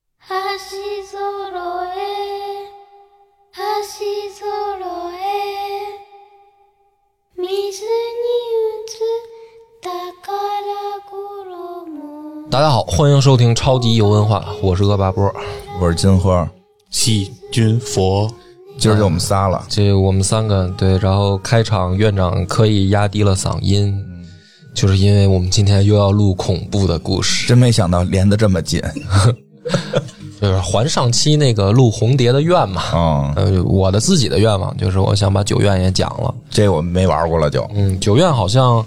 足揃え足揃え水に映った宝も大家好，欢迎收听超级游文化，我是恶霸波。我是金花，细菌佛，今儿就我们仨了。这我们三个对，然后开场院长刻意压低了嗓音，就是因为我们今天又要录恐怖的故事，真没想到连得这么 紧就是还上期那个录红蝶的愿嘛。啊、嗯！呃，我的自己的愿望就是我想把九院也讲了。这我们没玩过了就嗯，九院好像，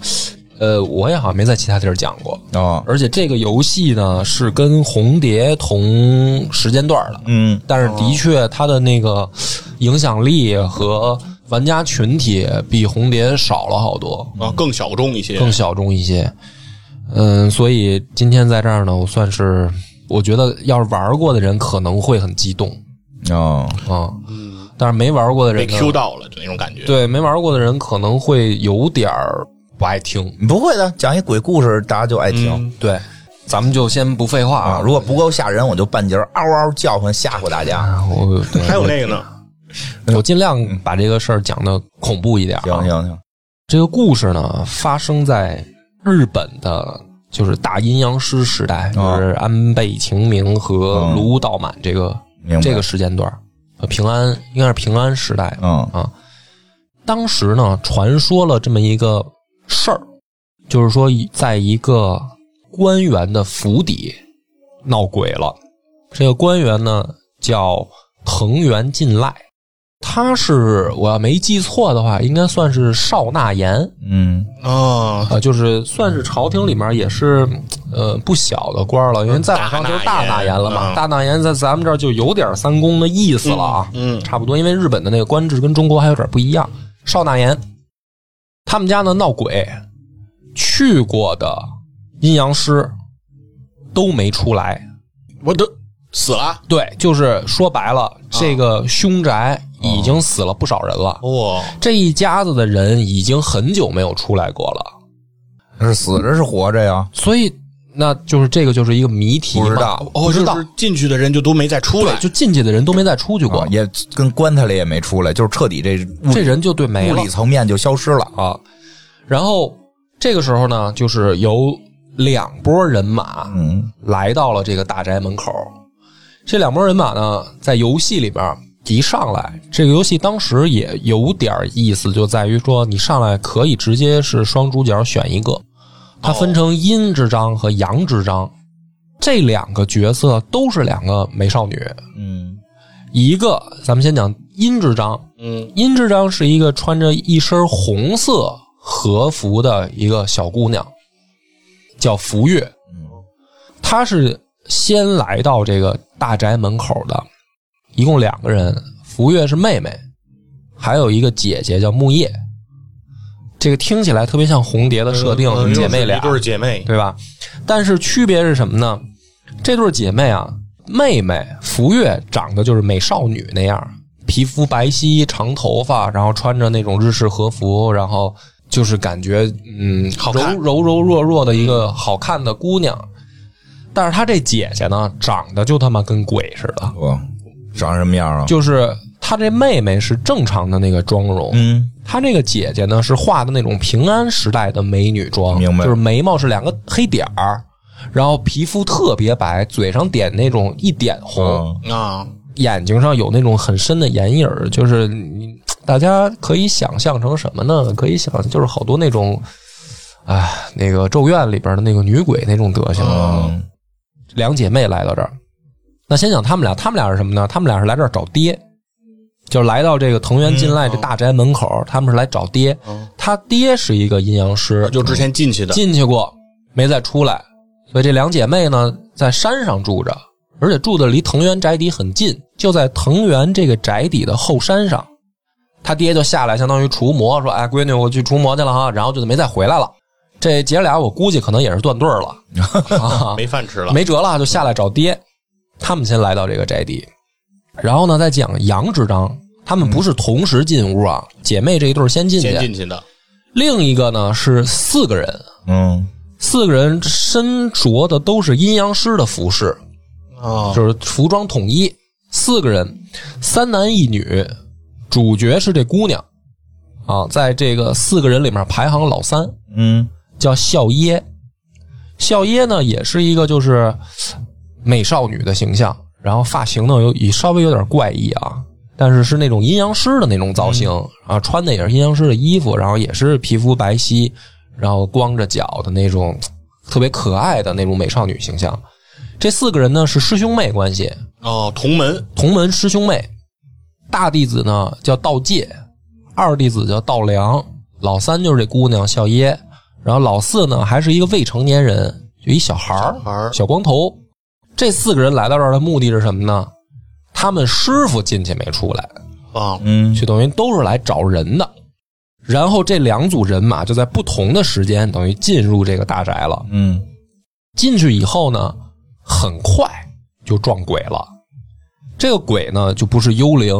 呃，我也好像没在其他地儿讲过。哦，而且这个游戏呢是跟红蝶同时间段的，嗯，但是的确，它的那个影响力和玩家群体比红蝶少了好多，啊，更小众一些，更小众一些。嗯，所以今天在这儿呢，我算是我觉得要是玩过的人可能会很激动哦，啊，但是没玩过的嗯被人呢 Q 到了的那种感觉。对没玩过的人可能会有点儿不爱听。你不会的，讲一鬼故事大家就爱听、对，咱们就先不废话啊。如果不够吓人，我就半截儿嗷嗷叫唤吓唬大家。我对还有那个呢，我尽量把这个事儿讲的恐怖一点、啊。行行行，这个故事呢，发生在日本的，就是大阴阳师时代，哦就是安倍晴明和嗯卢道满这个、明白这个时间段儿，呃平安应该是平安时代吧嗯啊。当时呢，传说了这么一个事儿，就是说一在一个官员的府邸闹鬼了。这个官员呢叫藤原进赖，他是我要没记错的话，应该算是少纳言。嗯啊，啊，就是算是朝廷里面也是呃不小的官儿了，因为再往上就是大纳言了嘛。大大纳言在咱们这儿就有点三公的意思了啊，嗯嗯差不多，因为日本的那个官制跟中国还有点不一样。少纳言他们家呢闹鬼，去过的阴阳师都没出来。我都死了，对，就是说白了，这个凶宅已经死了不少人了，哇，这一家子的人已经很久没有出来过了。是死着是活着呀？所以那就是这个就是一个谜题嘛，不知道哦，知道就是，进去的人就都没再出对来，，就进去的人都没再出去过，啊也跟棺材里也没出来，就是彻底这物这人就对没物了理层面就消失了。啊。然后这个时候呢，就是有两拨人马嗯来到了这个大宅门口，这两拨人马呢，在游戏里边。一上来，这个游戏当时也有点意思，就在于说你上来可以直接是双主角选一个，它分成阴之章和阳之章，这两个角色都是两个美少女，嗯一个，咱们先讲殷之章。嗯，殷之章是一个穿着一身红色和服的一个小姑娘，叫福月。嗯她是先来到这个大宅门口的，一共两个人，福月是妹妹，还有一个姐姐叫木叶。这个听起来特别像红蝶的设定，嗯姐妹俩又是一对儿姐妹，对吧？但是区别是什么呢？这对姐妹啊，妹妹福月长得就是美少女那样，皮肤白皙，长头发，然后穿着那种日式和服，然后就是感觉嗯，好柔看柔柔弱弱的一个好看的姑娘。但是她这姐姐呢，长得就他妈跟鬼似的，哇，哦长什么样啊？就是她这妹妹是正常的那个妆容，嗯她这个姐姐呢是画的那种平安时代的美女妆，明白就是眉毛是两个黑点儿，然后皮肤特别白，嘴上点那种一点红，嗯啊，眼睛上有那种很深的眼影儿，就是你大家可以想象成什么呢？可以想就是好多那种，哎，那个《咒怨》里边的那个女鬼那种德行。嗯两姐妹来到这儿，那先讲她们俩，她们俩是什么呢？她们俩是来这儿找爹，就是来到这个藤原进赖嗯这大宅门口，他们是来找爹。他爹是一个阴阳师，啊嗯就之前进去的，进去过，没再出来。所以这两姐妹呢，在山上住着，而且住的离藤原宅邸很近，就在藤原这个宅邸的后山上。他爹就下来，相当于除魔，说：“哎，闺女，我去除魔去了哈。”然后就没再回来了。这姐俩，我估计可能也是断对儿了，啊没饭吃了，没辙了，就下来找爹。他们先来到这个宅邸，然后呢，再讲杨志章，他们不是同时进屋啊，姐妹这一对儿先进去，嗯先进去的，另一个呢是四个人，嗯四个人身着的都是阴阳师的服饰，哦，就是服装统一，四个人，三男一女，主角是这姑娘啊，在这个四个人里面排行老三，嗯叫笑耶。笑耶呢，也是一个就是美少女的形象，然后发型呢有也稍微有点怪异啊，但是是那种阴阳师的那种造型、啊，穿的也是阴阳师的衣服，然后也是皮肤白皙，然后光着脚的那种特别可爱的那种美少女形象。这四个人呢是师兄妹关系，哦，同门，同门师兄妹。大弟子呢叫道介，二弟子叫道良，老三就是这姑娘笑耶，然后老四呢还是一个未成年人，就一小孩儿小孩儿小光头。这四个人来到这儿的目的是什么呢？他们师傅进去没出来，啊，嗯就等于都是来找人的。然后这两组人马就在不同的时间，等于进入这个大宅了。嗯进去以后呢，很快就撞鬼了。这个鬼呢，就不是幽灵，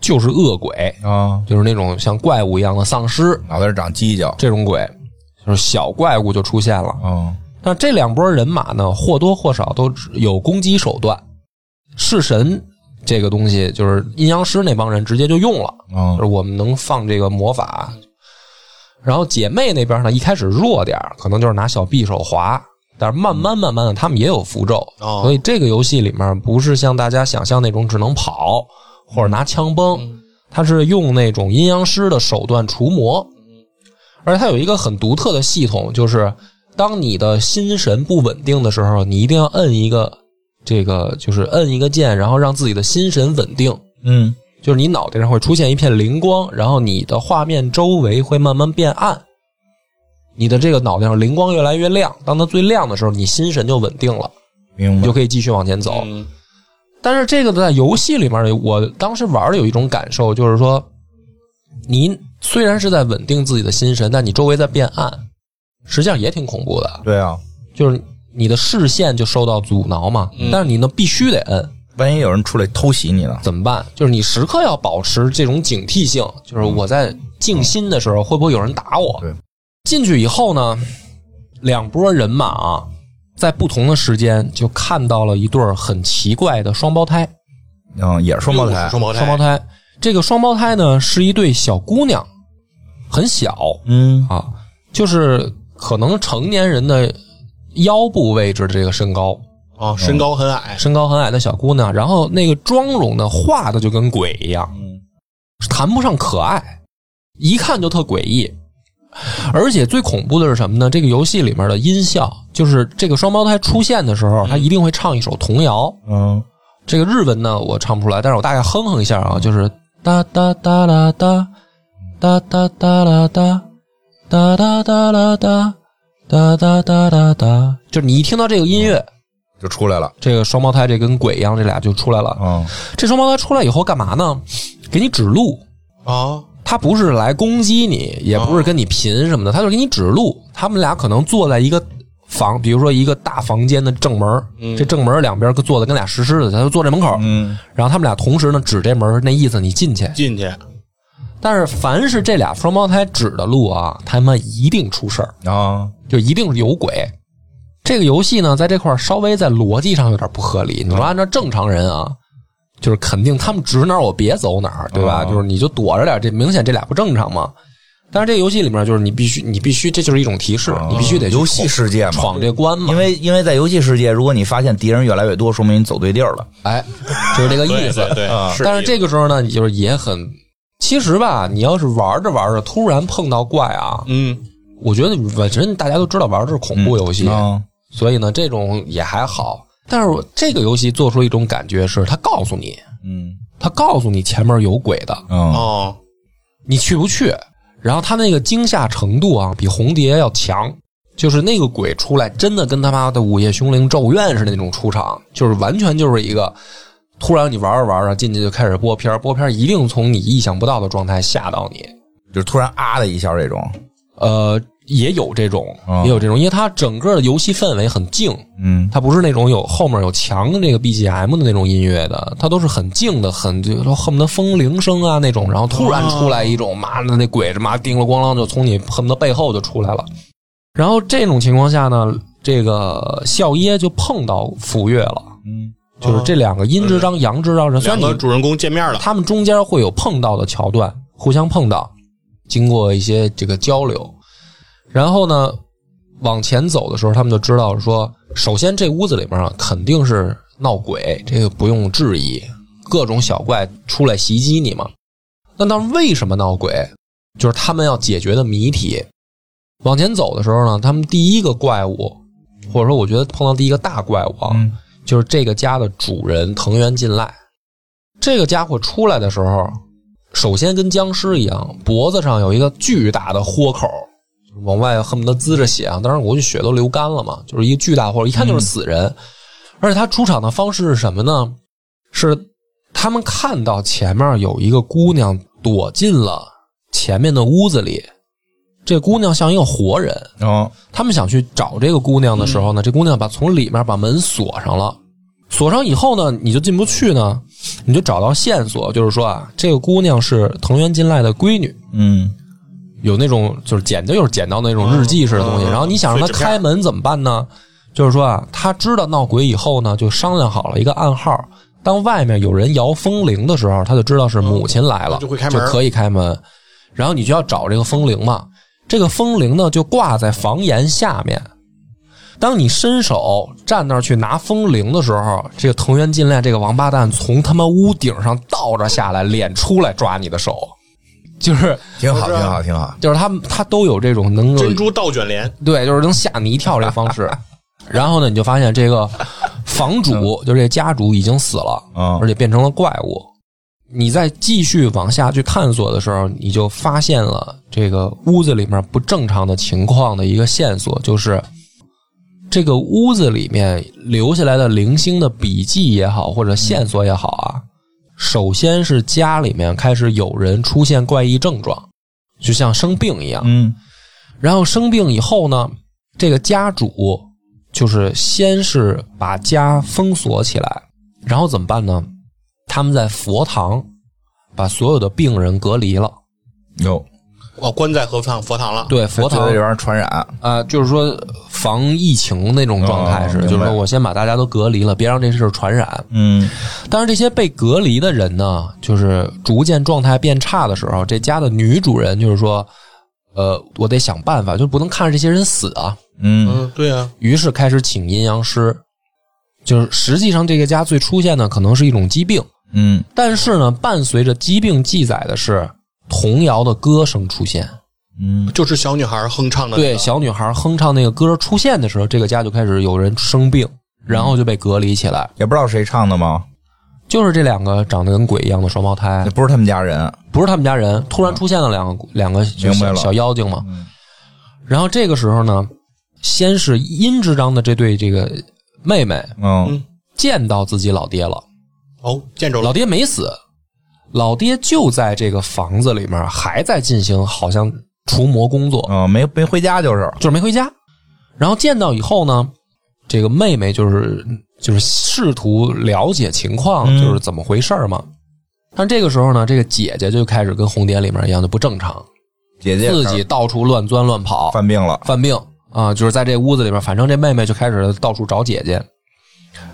就是恶鬼，啊，就是那种像怪物一样的丧尸脑袋上长犄角这种鬼，就是小怪物就出现了。啊，那这两拨人马呢，或多或少都有攻击手段。弑神这个东西，就是阴阳师那帮人直接就用了，啊就是我们能放这个魔法。然后姐妹那边呢，一开始弱点儿，可能就是拿小匕首划，但是慢慢慢慢的，他们也有符咒，哦所以这个游戏里面不是像大家想象那种只能跑或者拿枪崩，它是用那种阴阳师的手段除魔，而它有一个很独特的系统，就是当你的心神不稳定的时候，你一定要摁一个这个，就是摁一个键，然后让自己的心神稳定。嗯就是你脑袋上会出现一片灵光，然后你的画面周围会慢慢变暗，你的这个脑袋上灵光越来越亮，当它最亮的时候，你心神就稳定了，明你白就可以继续往前走。嗯但是这个在游戏里面，我当时玩儿有一种感受，就是说，你虽然是在稳定自己的心神，但你周围在变暗，实际上也挺恐怖的，对啊，就是你的视线就受到阻挠嘛。但是你呢，必须得摁，万一有人出来偷袭你呢？怎么办？就是你时刻要保持这种警惕性，就是嗯我在静心的时候，会不会有人打我？对进去以后呢，两拨人马啊，在不同的时间就看到了一对儿很奇怪的双胞胎。嗯，也是双胞又胎是双，胞胎，双胞胎，这个双胞胎呢是一对小姑娘，很小嗯啊，就是可能成年人的腰部位置的这个身高，啊，身高很矮，身高很矮的小姑娘，然后那个妆容呢画的就跟鬼一样，嗯谈不上可爱，一看就特诡异。而且最恐怖的是什么呢？这个游戏里面的音效，就是这个双胞胎出现的时候，他一定会唱一首童谣。嗯这个日文呢，我唱不出来，但是我大概哼哼一下啊，就是哒哒哒啦哒，哒哒哒啦哒，哒哒哒啦哒，哒哒哒啦哒，就是你一听到这个音乐，就出来了，这个双胞胎这跟鬼一样，这俩就出来了。嗯这双胞胎出来以后干嘛呢？给你指路，啊，他不是来攻击你，也不是跟你贫什么的，他就是给你指路。他们俩可能坐在一个房，比如说一个大房间的正门儿，这正门儿两边坐的跟俩石狮子，他就坐这门口儿。嗯然后他们俩同时呢指这门儿，那意思你进去。进去但是凡是这俩双胞胎指的路啊，他们一定出事儿，啊就一定是有鬼。这个游戏呢，在这块儿稍微在逻辑上有点不合理。你说按照正常人啊，就是肯定他们指哪儿我别走哪儿，对吧？啊就是你就躲着点儿，这明显这俩不正常嘛。但是这个游戏里面就是你必须，你必须，这就是一种提示，你必须得去啊游戏世界嘛，闯这关嘛因。为因为在游戏世界，如果你发现敌人越来越多，说明你走对地儿了。哎，就是这个意思。啊对对对，但是意这个时候呢，你就是也很，其实吧，你要是玩着玩着突然碰到怪啊，嗯我觉得本身大家都知道玩的是恐怖游戏，嗯所以呢，这种也还好。但是我这个游戏做出一种感觉是，它告诉你，嗯它告诉你前面有鬼的，嗯哦，你去不去？然后它那个惊吓程度啊，比红蝶要强。就是那个鬼出来，真的跟他妈的《午夜凶铃》《咒怨》似的那种出场，就是完全就是一个突然你玩着玩着进去就开始播片儿，播片儿一定从你意想不到的状态吓到你。就是突然啊的一下这种，呃，也有这种，哦也有这种，因为它整个的游戏氛围很静，嗯它不是那种有后面有强的那个 BGM 的那种音乐的，它都是很静的，很就恨不得风铃声啊那种，然后突然出来一种妈的那鬼他妈叮了咣啷就从你恨不得背后就出来了。然后这种情况下呢，这个笑耶就碰到福月了，嗯就是这两个阴之章、阳之章，虽然嗯两你个主人公见面了，他们中间会有碰到的桥段，互相碰到，经过一些这个交流，然后呢，往前走的时候，他们就知道说，首先这屋子里面啊肯定是闹鬼，这个不用质疑，各种小怪出来袭击你嘛。那那为什么闹鬼？就是他们要解决的谜题。往前走的时候呢，他们第一个怪物，或者说我觉得碰到第一个大怪物啊，嗯就是这个家的主人藤原进赖。这个家伙出来的时候，首先跟僵尸一样，脖子上有一个巨大的豁口，往外恨不得滋着血啊！当然，我就血都流干了嘛，就是一个巨大豁口，一看就是死人。而且他出场的方式是什么呢？是他们看到前面有一个姑娘躲进了前面的屋子里，这姑娘像一个活人，哦，他们想去找这个姑娘的时候呢，这姑娘把从里面把门锁上了。锁上以后呢，你就进不去呢，你就找到线索，就是说啊，这个姑娘是藤原金赖的闺女，嗯有那种就是捡的，就是捡到那种日记式的东西。嗯嗯然后你想让她碎纸片开门怎么办呢？就是说啊，她知道闹鬼以后呢，就商量好了一个暗号。当外面有人摇风铃的时候，她就知道是母亲来了，嗯就会开门可以开门。然后你就要找这个风铃嘛。这个风铃呢，就挂在房檐下面。当你伸手站那儿去拿风铃的时候，这个藤原进赖这个王八蛋从他妈屋顶上倒着下来，脸出来抓你的手，就是挺好，我知挺道好，挺好。就是他们他都有这种能够珍珠倒卷帘，对，就是能吓你一跳这个方式。 然后呢，你就发现这个房主，就是这家主已经死了，啊嗯而且变成了怪物。你再继续往下去探索的时候，你就发现了这个屋子里面不正常的情况的一个线索，就是这个屋子里面留下来的零星的笔记也好，或者线索也好啊，首先是家里面开始有人出现怪异症状，就像生病一样。嗯然后生病以后呢，这个家主就是先是把家封锁起来，然后怎么办呢？他们在佛堂把所有的病人隔离了。哟，哦，关在佛堂佛堂了。，对，佛觉堂得这玩意儿传染，呃，就是说防疫情那种状态是，哦明白就是说我先把大家都隔离了，别让这事儿传染。嗯但是这些被隔离的人呢，就是逐渐状态变差的时候，这家的女主人就是说，呃，我得想办法，就不能看着这些人死啊。嗯嗯，对啊，于是开始请阴阳师。就是实际上这个家最出现的可能是一种疾病，嗯，但是呢，伴随着疾病记载的是童谣的歌声出现。嗯就是小女孩哼唱的那个。对，小女孩哼唱那个歌出现的时候，这个家就开始有人生病，然后就被隔离起来。也不知道谁唱的吗？就是这两个长得跟鬼一样的双胞胎那，不是他们家人，不是他们家人，突然出现了两个两个小明白了小妖精嘛。嗯然后这个时候呢，先是殷之章的这对这个妹妹嗯见到自己老爹了。哦，见着老了，爹没死，老爹就在这个房子里面，还在进行好像除魔工作，嗯，没没回家就是，就是没回家。然后见到以后呢，这个妹妹就是就是试图了解情况，嗯就是怎么回事儿嘛。但这个时候呢，这个姐姐就开始跟红蝶里面一样，就不正常，姐姐自己到处乱钻乱跑，犯病了。犯病啊，就是在这屋子里面，反正这妹妹就开始到处找姐姐。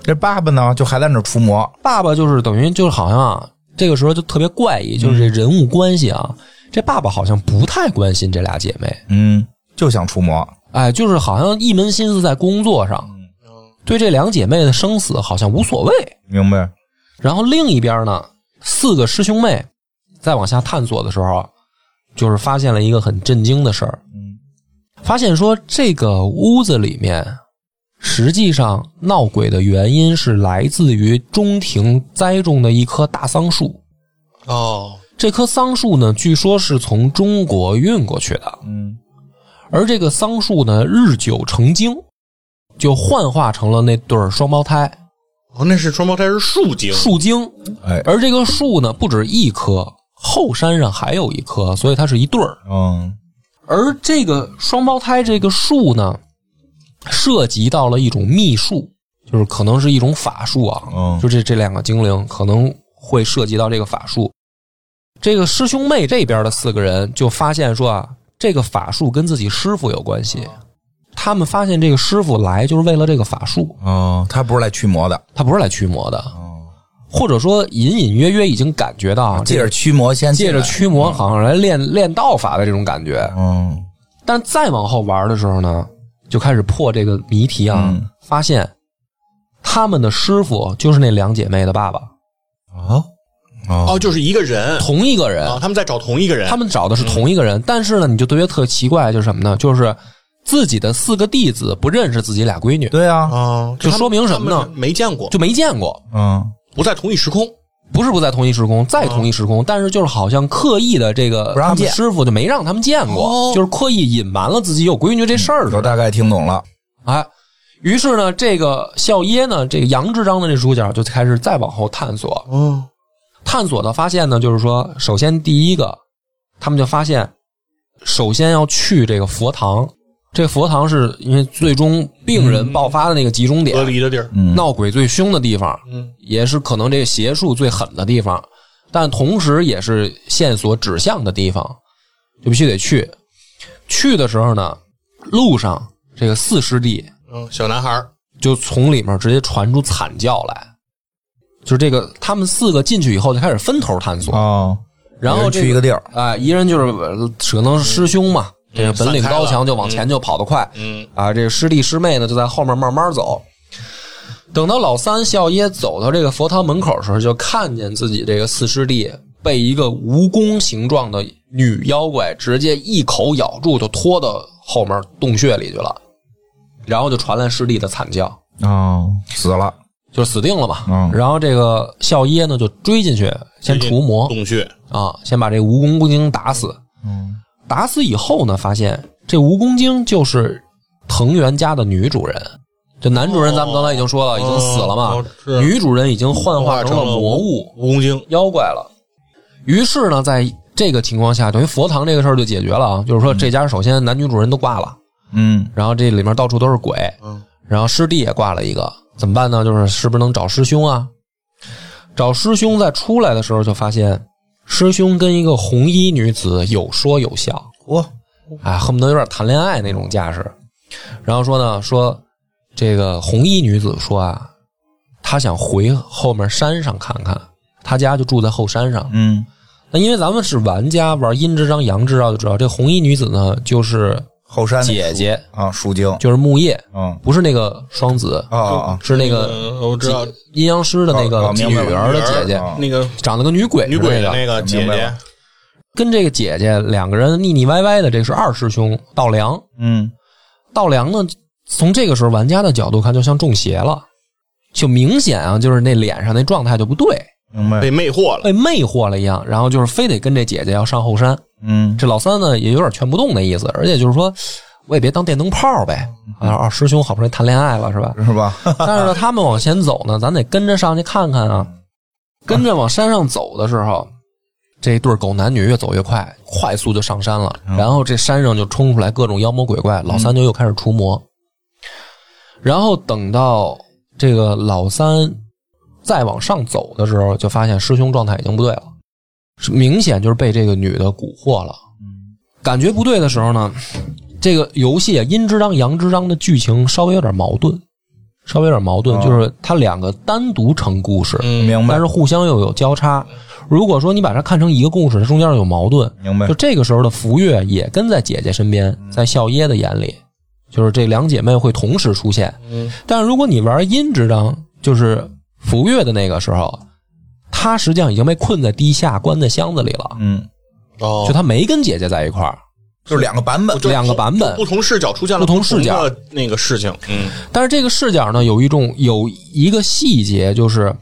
这爸爸呢，就还在那儿除魔，爸爸就是等于就是好像啊，这个时候就特别怪异，就是这人物关系啊，这爸爸好像不太关心这俩姐妹，嗯，就想除魔，哎，就是好像一门心思在工作上，对这两姐妹的生死好像无所谓。明白？然后另一边呢，四个师兄妹再往下探索的时候啊，就是发现了一个很震惊的事儿，嗯发现说这个屋子里面。实际上，闹鬼的原因是来自于中庭栽种的一棵大桑树。哦，这棵桑树呢，据说是从中国运过去的，嗯，而这个桑树呢，日久成精，就幻化成了那对儿双胞胎哦，那是双胞胎是树精，树精。哎，而这个树呢，不止一棵，后山上还有一棵，所以它是一对儿。嗯而这个双胞胎这个树呢，涉及到了一种秘术，就是可能是一种法术啊。嗯就这这两个精灵可能会涉及到这个法术。这个师兄嗯妹这边的四个人就发现说啊，这个法术跟自己师傅有关系。他们发现这个师傅来就是为了这个法术，哦，他不是来驱魔的，他不是来驱魔的，或者说隐隐约约已经感觉到啊嗯借哦这着个驱魔先进借来着，驱魔好像来练练道法的这种感觉。嗯，但再往后玩的时候呢，就开始破这个谜题啊，嗯发现他们的师傅就是那两姐妹的爸爸，啊，哦哦，就是一个人同一个人，啊，他们在找同一个人，他们找的是同一个人，但是呢，你就觉得特奇怪，就是什么呢？就是自己的四个弟子不认识自己俩闺女，对啊，啊，就说明什么呢他们没见过，就没见过，嗯，不在同一时空。不是不在同一时空，在同一时空，但是就是好像刻意的这个不让他们见师傅就没让他们见过，哦就是刻意隐瞒了自己有闺女这事儿似我的。大概听懂了，哎，于是呢，这个孝耶呢，这个杨志章的这主角就开始再往后探索，哦，探索的发现呢，就是说，首先第一个，他们就发现，首先要去这个佛堂。这个佛堂是因为最终病人爆发的那个集中点，嗯隔离的地儿，嗯，闹鬼最凶的地方，嗯，也是可能这个邪术最狠的地方，但同时也是线索指向的地方，就必须得去。去的时候呢，路上这个四师弟嗯，小男孩儿就从里面直接传出惨叫来，就是这个他们四个进去以后就开始分头探索，哦，然有后人这去一个地儿，嗯啊、一人就是呃可能师兄嘛，这个本领高强，就往前就跑得快。嗯啊，这个师弟师妹呢就在后面慢慢走。等到老三孝耶走到这个佛堂门口的时候，就看见自己这个四师弟被一个蜈蚣形状的女妖怪直接一口咬住，就拖到后面洞穴里去了，然后就传来师弟的惨叫，哦，死了，就是死定了嘛。嗯然后这个孝耶呢就追进去，先除魔洞穴，啊，先把这蜈蚣精打死。嗯，打死以后呢，发现这蜈蚣精就是藤原家的女主人。这男主人咱们刚才已经说了，已经死了嘛，哦是女主人已经幻化成成了魔物、蜈蚣精，妖怪了。于是呢，在这个情况下，等于佛堂这个事儿就解决了啊，就是说这家首先男女主人都挂了，嗯，然后这里面到处都是鬼，嗯，然后师弟也挂了一个，怎么办呢？就是是不是能找师兄啊？找师兄在出来的时候就发现，师兄跟一个红衣女子有说有笑，我，哎，恨不得有点谈恋爱那种架势。然后说呢，说这个红衣女子说啊，她想回后面山上看看，她家就住在后山上。嗯，那因为咱们是玩家，玩阴之章、阳之章就知道，这红衣女子呢就是后山那姐姐，啊，树精，就是木叶，嗯，不是那个双子，啊啊，是那个嗯，我知道阴阳师的那哦个哦女明白了儿的姐姐，啊那个长得跟女鬼哦女似的鬼那的个，那个姐明白姐了，跟这个姐姐两个人腻腻歪歪的，这是二师兄道良。嗯，道良呢，从这个时候玩家的角度看，就像中邪了，就明显啊，就是那脸上那状态就不对，明白被，魅惑了，被魅惑了一样，然后就是非得跟这姐姐要上后山。嗯，这老三呢，也有点劝不动的意思，而且就是说，我也别当电灯泡呗。啊，二师兄好不容易谈恋爱了是吧？是吧？但是呢，他们往前走呢，咱得跟着上去看看啊。跟着往山上走的时候，这一对狗男女越走越快，快速就上山了。然后这山上就冲出来各种妖魔鬼怪，老三就又开始除魔。然后等到这个老三再往上走的时候，就发现师兄状态已经不对了，是明显就是被这个女的蛊惑了。感觉不对的时候呢，这个游戏啊阴之章阳之章的剧情稍微有点矛盾，稍微有点矛盾，啊就是它两个单独成故事，嗯， 明但白是，互相又有交叉。如果说你把它看成一个故事，它中间有矛盾，明白嗯就，这个时候的福月也跟在姐姐身边，在孝耶的眼里，就是这两姐妹会同时出现。嗯但如果你玩阴之章，就是福月的那个时候，她实际上已经被困在地下，关在箱子里了，嗯，哦就她没跟姐姐在一块儿。就是两个版本，就两个版本不同视角出现不了同视角不同的那个事情，嗯，但是这个视角呢，有一种有一个细节，就是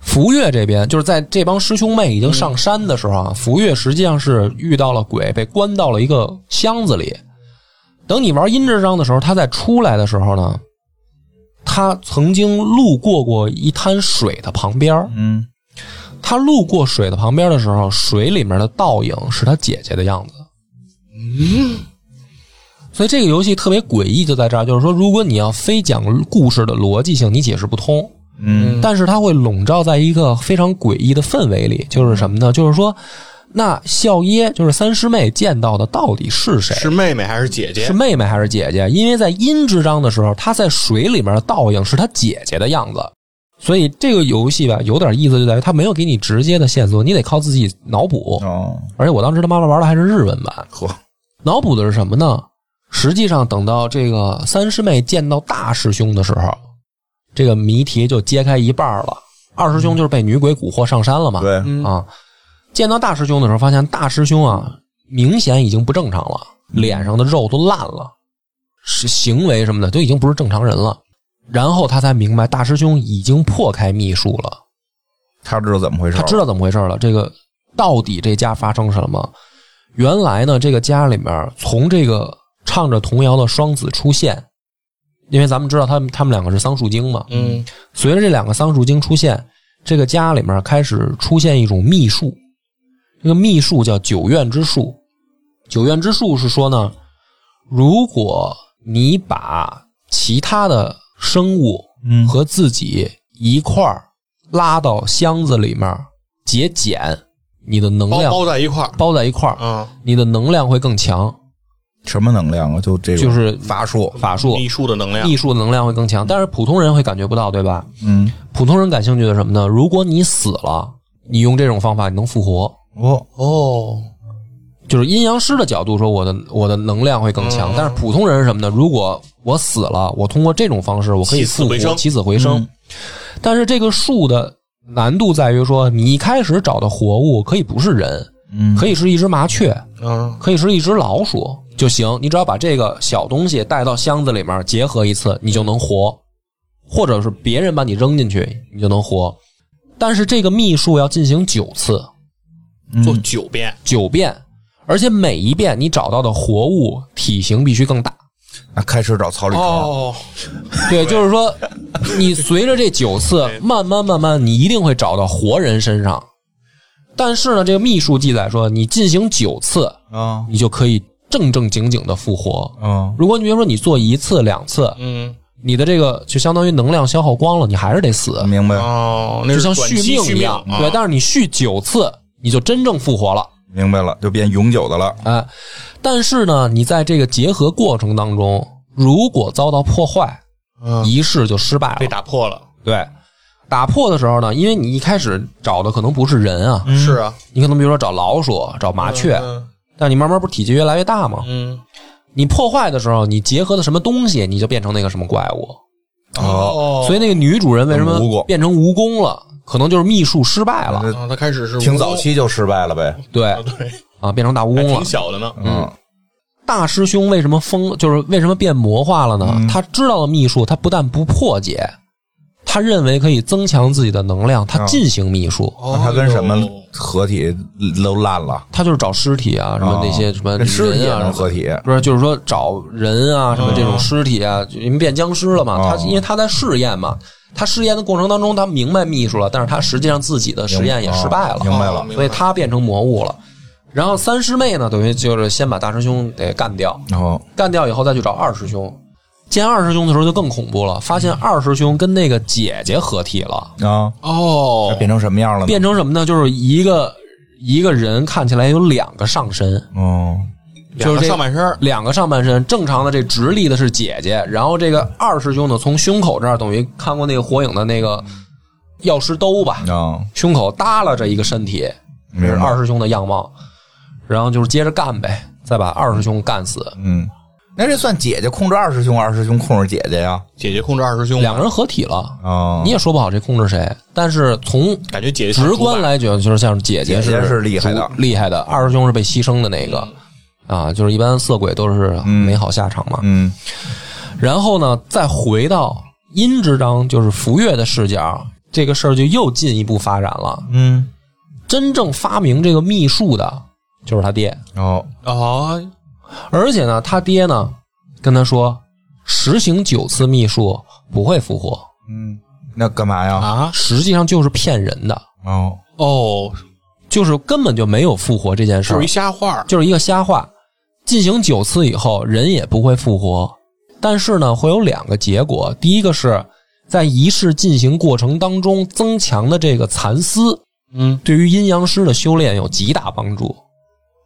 福月这边，就是在这帮师兄妹已经上山的时候啊，福月实际上是遇到了鬼，被关到了一个箱子里。等你玩阴之章的时候，他在出来的时候呢，他曾经路过过一滩水的旁边儿嗯，他路过水的旁边的时候，水里面的倒影是他姐姐的样子。嗯，所以这个游戏特别诡异，就在这儿，就是说，如果你要非讲故事的逻辑性，你解释不通。嗯，但是它会笼罩在一个非常诡异的氛围里，就是什么呢？就是说，那孝耶就是三师妹见到的到底是谁？是妹妹还是姐姐？是妹妹还是姐姐？因为在阴之章的时候，她在水里面的倒影是她姐姐的样子，所以这个游戏吧，有点意思就在于它没有给你直接的线索，你得靠自己脑补。哦，而且我当时他妈妈玩的还是日文版，嚯，脑补的是什么呢？实际上，等到这个三师妹见到大师兄的时候，这个谜题就揭开一半了。二师兄就是被女鬼蛊惑上山了嘛，对，啊，见到大师兄的时候，发现大师兄啊，明显已经不正常了，脸上的肉都烂了，是行为什么的都已经不是正常人了。然后他才明白，大师兄已经破开秘术了，他知道怎么回事，他知道，道怎么回事了。这个到底这家发生什么？原来呢，这个家里面从这个唱着童谣的双子出现，因为咱们知道他们他们两个是桑树精嘛。嗯，随着这两个桑树精出现，这个家里面开始出现一种秘术，这个秘术叫九院之术。九院之术是说呢，如果你把其他的生物嗯和自己一块儿拉到箱子里面节俭，你的能包量包在一块儿。包在一块儿，嗯，你的能量会更强，什么能量啊？就这种，就是法术，法术、秘术的能量秘术的能量会更强，但是普通人会感觉不到，对吧？嗯，普通人感兴趣的是什么呢？如果你死了，你用这种方法你能复活，哦，哦，就是阴阳师的角度说，我的我的能量会更强。嗯但是普通人是什么呢？如果我死了，我通过这种方式我可以起死复活，回生嗯起死回生。但是这个术的难度在于说，你一开始找的活物可以不是人，嗯，可以是一只麻雀，嗯，可以是一只老鼠就行。你只要把这个小东西带到箱子里面结合一次，你就能活，或者是别人把你扔进去，你就能活。但是这个秘术要进行九次，嗯做九遍，九遍，而且每一遍你找到的活物体型必须更大。啊开始找草履虫，哦，对，就是说，你随着这九次，慢慢慢慢，你一定会找到活人身上。但是呢，这个秘术记载说，你进行九次，啊，你就可以正正经经的复活。嗯，如果你比如说你做一次两次，嗯，你的这个就相当于能量消耗光了，你还是得死，明白，哦，那就是像短续期续命一样。命对，啊但是你续九次，你就真正复活了。明白了，就变永久的了，哎，但是呢，你在这个结合过程当中，如果遭到破坏，嗯仪式就失败了。被打破了，对，打破的时候呢，因为你一开始找的可能不是人啊，是啊，你可能比如说找老鼠、找麻雀，嗯但你慢慢不是体积越来越大吗？嗯，你破坏的时候，你结合的什么东西，你就变成那个什么怪物。哦所以那个女主人为什么蜈蚣变成蜈蚣了？可能就是秘术失败了，啊，他开始是挺蜈蚣早，期就失败了呗，对啊对，啊，变成大蜈还蚣了挺。小的哦呢，嗯，大师兄为什么疯？就是为什么变魔化了呢？他知道了秘术，他不但不破解，他认为可以增强自己的能量，他进行秘术，那他跟什么哎呦合体都烂了，嗯他就是找尸体啊，什么那些什么跟尸体也人啊能，合体，不是就是说找人啊，什么这种尸体啊，就因为变僵尸了嘛。哦他因为他在试验嘛，他试验的过程当中，他明白秘术了，但是他实际上自己的实验也失败了，明白啊了哦明白所以他变成魔物了。然后三师妹呢，等于就是先把大师兄得干掉，然后干掉以后再去找二师兄。见二师兄的时候就更恐怖了，发现二师兄跟那个姐姐合体了，啊，哦，变成什么样了呢？变成什么呢？就是一个一个人看起来有两个上身，嗯哦，就是两个这上半身儿，两个上半身。正常的这直立的是姐姐，然后这个二师兄呢，从胸口这儿等于看过那个火影的那个药师兜吧，啊，胸口耷拉着一个身体，这明是白二师兄的样貌。然后就是接着干呗，再把二师兄干死，嗯，那这算姐姐控制二师兄，二师兄控制姐姐呀？姐姐控制二师兄，两个人合体了。啊，你也说不好这控制谁，但是从感觉姐姐像直主观板，来讲，就是像姐姐姐姐是是厉害的主厉害的二师兄是被牺牲的那个啊，就是一般色鬼都是没好下场嘛。嗯，然后呢，再回到殷之章，就是福越的视角，这个事儿就又进一步发展了。嗯，真正发明这个秘术的就是他爹，哦，哦，而且呢，他爹呢跟他说，实行九次秘术不会复活，嗯，那干嘛呀？啊实际上就是骗人的，哦，哦，就是根本就没有复活这件事就儿是一。瞎话儿，就是一个瞎话。进行九次以后，人也不会复活，但是呢，会有两个结果。第一个是在仪式进行过程当中增强的这个蚕丝，嗯对于阴阳师的修炼有极大帮助。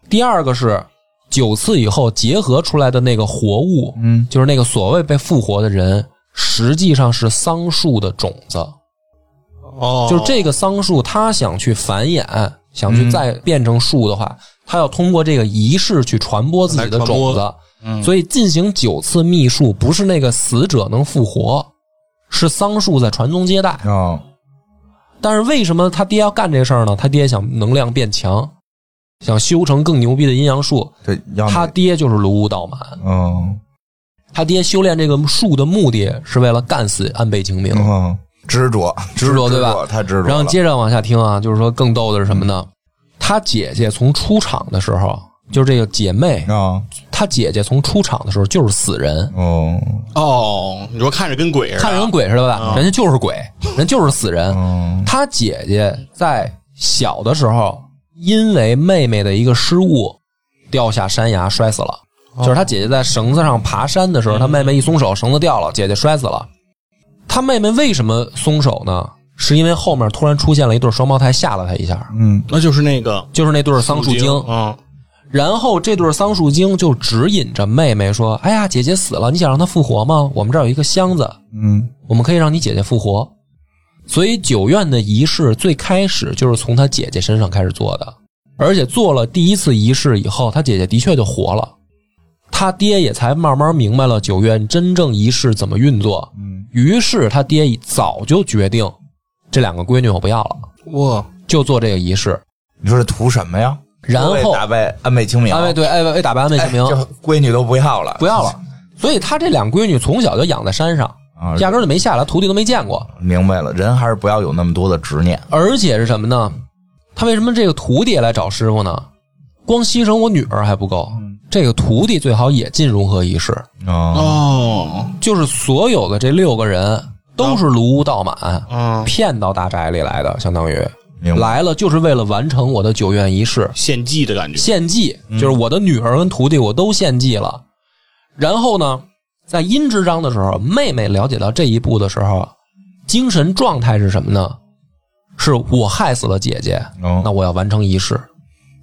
第二个是九次以后结合出来的那个活物，嗯，就是那个所谓被复活的人，实际上是桑树的种子。哦，就是这个桑树，它想去繁衍，想嗯去再变成树的话，它要通过这个仪式去传播自己的来传种播子。嗯所以进行九次秘术，不是那个死者能复活，是桑树在传宗接代。哦，但是为什么他爹要干这事儿呢？他爹想能量变强，想修成更牛逼的阴阳术。对，要他爹就是卢武道满，嗯他爹修炼这个术的目的是为了干死安倍晴明。嗯，执着执着对吧？太执着了，嗯然后接着往下听啊，就是说更逗的是什么呢？他姐姐从出场的时候，就是这个姐妹，啊，她姐姐从出场的时候就是死人，哦哦，你说看着跟鬼似的，看人跟鬼似的吧？人家就是鬼，人就是死人。嗯她姐姐在小的时候，因为妹妹的一个失误，掉下山崖摔死了。就哦是她姐姐在绳子上爬山的时嗯候，她妹妹一松手，绳子掉了，姐姐摔死了。她妹妹为什么松手呢？是因为后面突然出现了一对双胞胎，吓了她一下。嗯那就是那个就是那对桑树精，嗯，然后这对桑树精就指引着妹妹说：“哎呀，姐姐死了，你想让她复活吗？我们这儿有一个箱子，嗯我们可以让你姐姐复活。所以九院的仪式最开始就是从她姐姐身上开始做的，而且做了第一次仪式以后，她姐姐的确就活了。她爹也才慢慢明白了九院真正仪式怎么运作，嗯于是她爹早就决定，这两个闺女我不要了，哇，就做这个仪式。你说这图什么呀？然后都为打败安倍晴明，安慰对，哎哎，打败安慰哎秦明，这闺女都不要了，不要了。所以他这两闺女从小就养在山上，啊，压根儿就没下来，徒弟都没见过。明白了，人还是不要有那么多的执念，而且是什么呢？他为什么这个徒弟也来找师傅呢？光牺牲我女儿还不够，嗯这个徒弟最好也进融合仪式。哦哦，就是所有的这六个人都是卢屋道满嗯，骗到大宅里来的，相当于明白来了就是为了完成我的九院仪式。献祭的感觉，献祭，就是我的女儿跟徒弟我都献祭了。然后呢，在殷之章的时候，妹妹了解到这一步的时候，精神状态是什么呢？是我害死了姐姐，哦那我要完成仪式。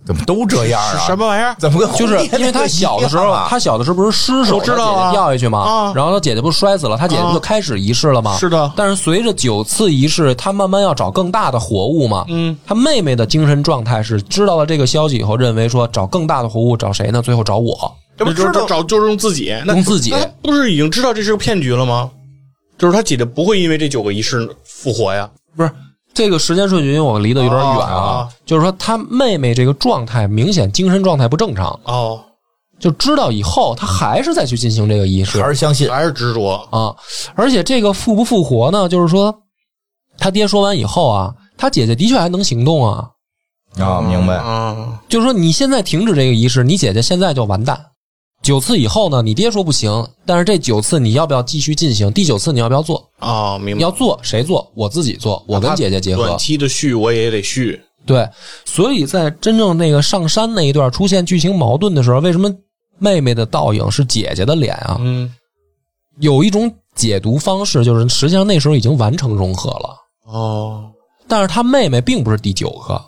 怎么都这样啊？是什么玩意儿？怎么跟就红哦是叶那因为 他个小的时一候样啊，他小的时候不是失手我知道把姐姐啊掉下去吗啊？然后他姐姐不是摔死了，他姐姐不就开始仪式了吗？是的但是随着九次仪式，他慢慢要找更大的活物嘛。嗯，他妹妹的精神状态是知道了这个消息以后，认为说找更大的活物找谁呢？最后找我，这不知就是道找就是用自己，那用自己那他不是已经知道这是个骗局了吗？就是他姐姐不会因为这九个仪式复活呀。不是。这个时间顺序，因为我离得有点远哦啊，就是说他妹妹这个状态明显精神状态不正常，哦，就知道以后，他还是再去进行这个仪式，还是相信哦还是执着。啊，而且这个复不复活呢？就是说，他爹说完以后啊，他姐姐的确还能行动啊。啊，明哦白啊，就是说，你现在停止这个仪式，你姐姐现在就完蛋。九次以后呢，你爹说不行，但是这九次你要不要继续进行？第九次你要不要做？哦，明你白要。做谁做？我自己做，我跟姐姐结合短。期的续我也得续。对，所以在真正那个上山那一段出现剧情矛盾的时候，为什么妹妹的倒影是姐姐的脸啊？嗯，有一种解读方式就是，实际上那时候已经完成融合了。哦，但是他妹妹并不是第九个，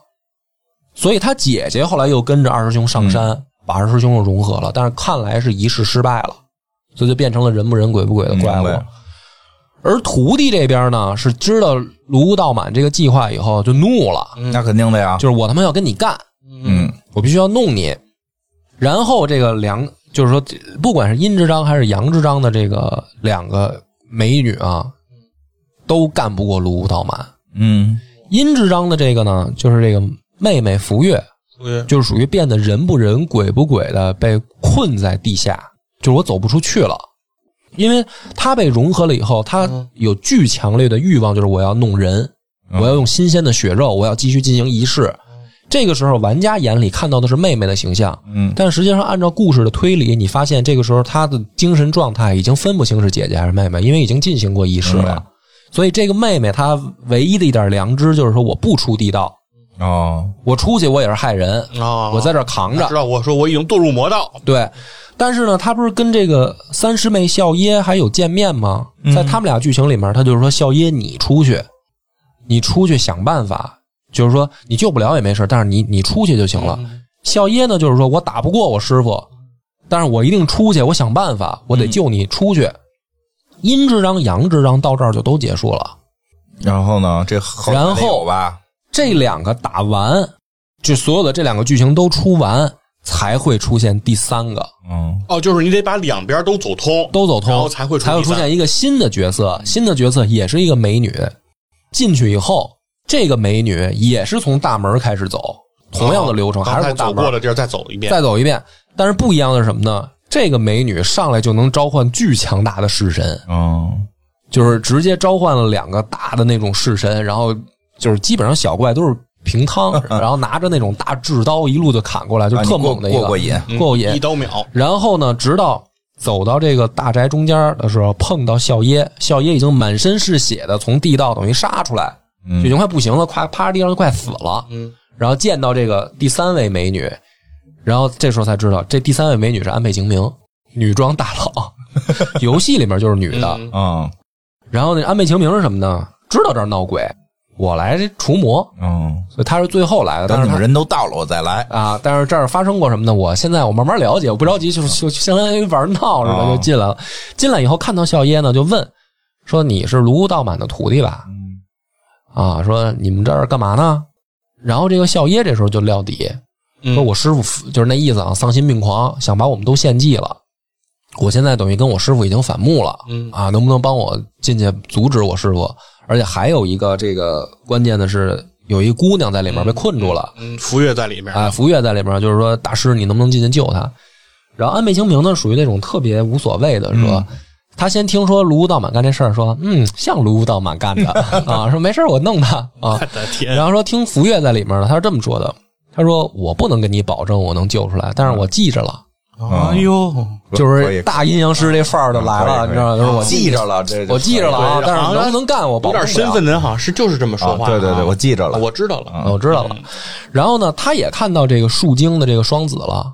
所以他姐姐后来又跟着二师兄上山，嗯把二师兄又融合了。但是看来是仪式失败了，所以就变成了人不人鬼不鬼的怪明物白。而徒弟这边呢，是知道卢道满这个计划以后就怒了，那肯定的呀，就是我他妈要跟你干，嗯我必须要弄你。然后这个梁，就是说，不管是殷之章还是杨之章的这个两个美女啊，都干不过卢道满。嗯殷之章的这个呢，就是这个妹妹福月，对，就是属于变得人不人鬼不鬼的，被困在地下，就是我走不出去了。因为她被融合了以后，她有巨强烈的欲望，就是我要弄人，嗯我要用新鲜的血肉，我要继续进行仪式。这个时候，玩家眼里看到的是妹妹的形象，嗯但实际上，按照故事的推理，你发现这个时候她的精神状态已经分不清是姐姐还是妹妹，因为已经进行过仪式明了白。所以这个妹妹她唯一的一点良知就是说，我不出地道，哦，我出去我也是害人，啊，我在这儿扛着知。道，我说我已经堕入魔道。对，但是呢，她不是跟这个三师妹笑耶还有见面吗？嗯在他们俩剧情里面，她就是说笑耶你出去，你出去想办法就是说你救不了也没事，但是你你出去就行了。嗯孝耶呢，就是说我打不过我师傅，但是我一定出去，我想办法，我得救你出去。阴之章、阳之章到这儿就都结束了。然后呢，这后然后得有吧，这两个打完，就所有的这两个剧情都出完，才会出现第三个，嗯，哦，就是你得把两边都走通，都走通，然后才会出才会第出三现一个新的角色，新的角色也是一个美女。进去以后，这个美女也是从大门开始走，同样的流程，刚还是才从大哦走门过的地儿再走一遍，再走一遍。但是不一样的是什么呢？这个美女上来就能召唤巨强大的式神，嗯，就是直接召唤了两个大的那种式神，然后就是基本上小怪都是平 汤，然后拿着那种大制刀一路就砍过来，就啊你特过猛的一个，过过瘾嗯过瘾一。刀秒，然后呢，直到走到这个大宅中间的时候，碰到孝耶，孝耶已经满身是血的从地道等于杀出来，嗯就已经快不行了，快趴地上就快死了。嗯，然后见到这个第三位美女，然后这时候才知道这第三位美女是安倍晴明，女装大 佬，游戏里面就是女的。嗯嗯然后那安倍晴明是什么呢？知道这儿闹鬼，我来除魔，嗯，所以他是最后来的。但等是你他们人都到了，我再来。啊，但是这儿发生过什么呢？我现在我慢慢了解，我不着急，就是就就相当于玩闹似的哦就进来了。进来以后看到孝耶呢，就问说：“你是卢道满的徒弟吧？”嗯啊，说你们这儿干嘛呢？然后这个孝耶这时候就撂底，嗯说我师傅就是那意思啊，丧心病狂，想把我们都献祭了。我现在等于跟我师傅已经反目了，嗯啊，能不能帮我进去阻止我师傅？而且还有一个这个关键的是，有一姑娘在里面被困住了，嗯，福月在里面，啊，福月在里面，就是说大师，你能不能进去救他？然后安倍晴明呢，属于那种特别无所谓的，说、他先听说卢武道满干这事儿，说嗯，像卢武道满干的啊，说没事儿我弄他啊。我的天，然后说听福月在里面呢，他是这么说的，他说我不能跟你保证我能救出来，但是我记着了，嗯哎呦，就可以是大阴阳师这范儿就来了，你可以可以知道吗？就是我记着了，这我记着了啊，对但好是像能不能干我保证有点不了身份的人好像是就是这么说啊，话，对对对，我记着了，我知道了，嗯我知道嗯了。然后呢，他也看到这个树精的这个双子了。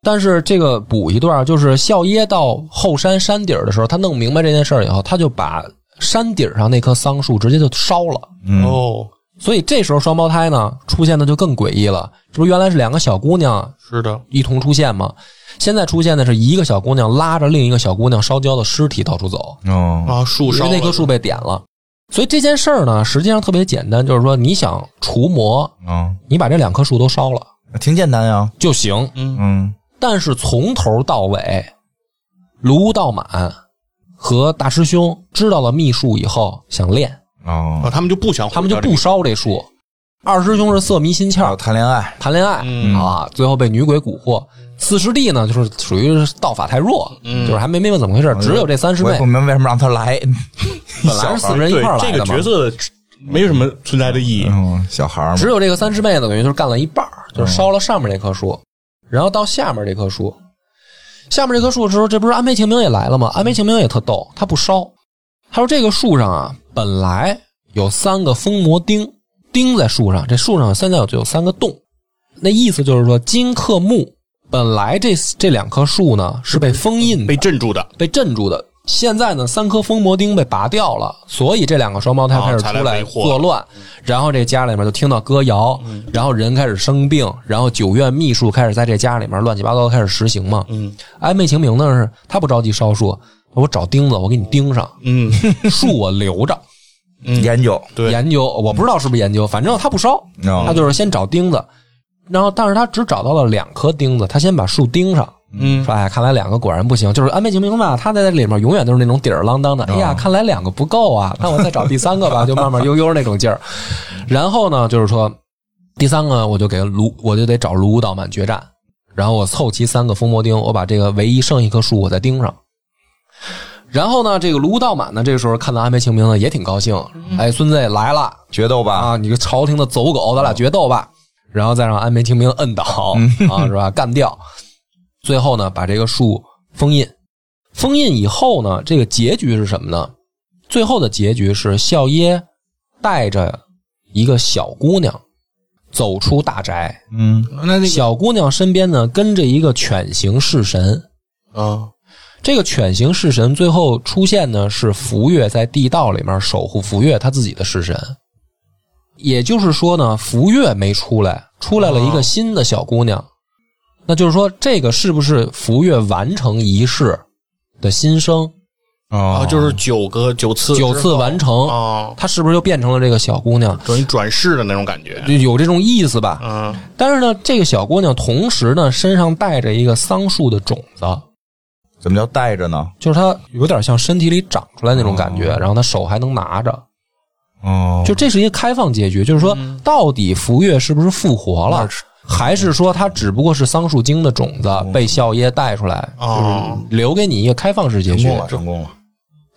但是这个补一段，就是孝耶到后山山顶儿的时候，他弄明白这件事儿以后，他就把山顶上那棵桑树直接就烧了。嗯哦，所以这时候双胞胎呢出现的就更诡异了。这不原来是两个小姑娘是的，一同出现吗？现在出现的是一个小姑娘拉着另一个小姑娘烧焦的尸体到处走。哦，啊，树嗯因烧为了那棵树被点了，所以这件事儿呢，实际上特别简单，就是说你想除魔，嗯，你把这两棵树都烧了挺简单呀，就行。嗯，嗯但是从头到尾，卢道满和大师兄知道了秘术以后想练，啊，哦，他们就不想，他们就不，烧这树。二师兄是色迷心要窍，谈恋爱，谈恋爱、嗯啊，最后被女鬼蛊惑。四师弟呢，就是属于道法太弱，嗯就是还没明白怎么回事。只有这三师我也妹不，明白为什么让他来，本来是四个人一对块儿来这的个嘛。角色没有什么存在的意义，嗯，小孩儿嘛嗯只，有这个三师妹呢，等于就是干了一半儿，就是烧了上面这棵树，然后到下面这棵树。下面这棵树的时候，这不是安倍晴明也来了吗？安倍晴明也特逗，他不烧，他说这个树上啊，本来有三个封魔钉钉在树上，这树上现在有有三个洞，那意思就是说金克木本来这这两棵树呢是被封印的被镇住的，被镇住的。现在呢，三颗封魔钉被拔掉了，所以这两个双胞胎开始哦才出来嗯来维护作乱，然后这家里面就听到歌谣，嗯然后人开始生病，然后九院秘术开始在这家里面乱七八糟地开始实行嘛。嗯安倍晴明呢是他不着急烧树，我找钉子，我给你钉上，嗯， 树我留着研究， 对研究，我不知道是不是研究，反正他不烧，哦他就是先找钉子，然后但是他只找到了两颗钉子，他先把树钉上，嗯说哎，看来两个果然不行，就是安倍晴明吧，他在这里面永远都是那种底儿啷当的。哎呀，看来两个不够啊，那我再找第三个吧，就慢慢悠悠那种劲儿。然后呢，就是说第三个我就给卢，我就得找卢武道满决战，然后我凑齐三个封魔钉，我把这个唯一剩一棵树我再钉上。然后呢，这个卢武道满呢，这个时候看到安倍晴明呢，也挺高兴，哎，孙子也来了，决斗吧，啊，你个朝廷的走狗，咱俩决斗吧，然后再让安倍晴明摁倒啊，是吧？干掉，最后呢，把这个树封印。封印以后呢，这个结局是什么呢？最后的结局是孝耶带着一个小姑娘走出大宅，嗯那那小姑娘身边呢跟着一个犬形式神。个啊，这个犬形式神最后出现呢，是福月在地道里面守护福月他自己的式神，也就是说呢，福月没出来，出来了一个新的小姑娘。那就是说，这个是不是福月完成仪式的新生？啊，哦啊就是九个九次九次完成，啊，她是不是就变成了这个小姑娘？等于转世的那种感觉。就有这种意思吧？嗯，但是呢，这个小姑娘同时呢，身上带着一个桑树的种子，怎么叫带着呢？就是她有点像身体里长出来那种感觉，然后她手还能拿着。哦，就这是一个开放结局，就是说，到底福月是不是复活了，还是说她只不过是桑树精的种子被笑耶带出来，哦就是留给你一个开放式结成局功。了，成功了。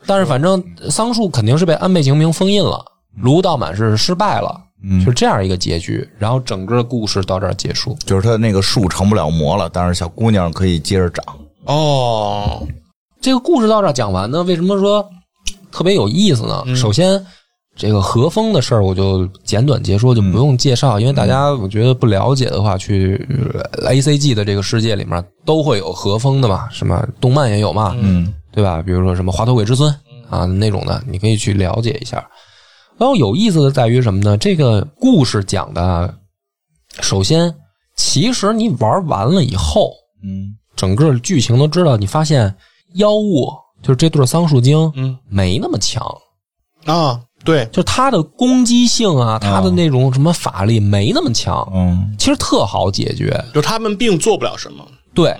但是反正桑树肯定是被安倍晴明封印了，卢道满是失败了，嗯就是这样一个结局。然后整个故事到这儿结束。就是他那个树成不了魔了，但是小姑娘可以接着长。哦，这个故事到这儿讲完呢，为什么说特别有意思呢？首先，这个和风的事儿我就简短截说，就不用介绍，因为大家我觉得不了解的话，去呃 A C G 的这个世界里面都会有和风的嘛，什么动漫也有嘛，嗯，对吧？比如说什么《滑头鬼之孙》啊那种的，你可以去了解一下。然后有意思的在于什么呢？这个故事讲的，首先，其实你玩完了以后，嗯，整个剧情都知道，你发现妖物就是这对桑树精，嗯没那么强，啊，对，就是它的攻击性啊，它的那种什么法力没那么强，嗯，其实特好解决。就他们并做不了什么。对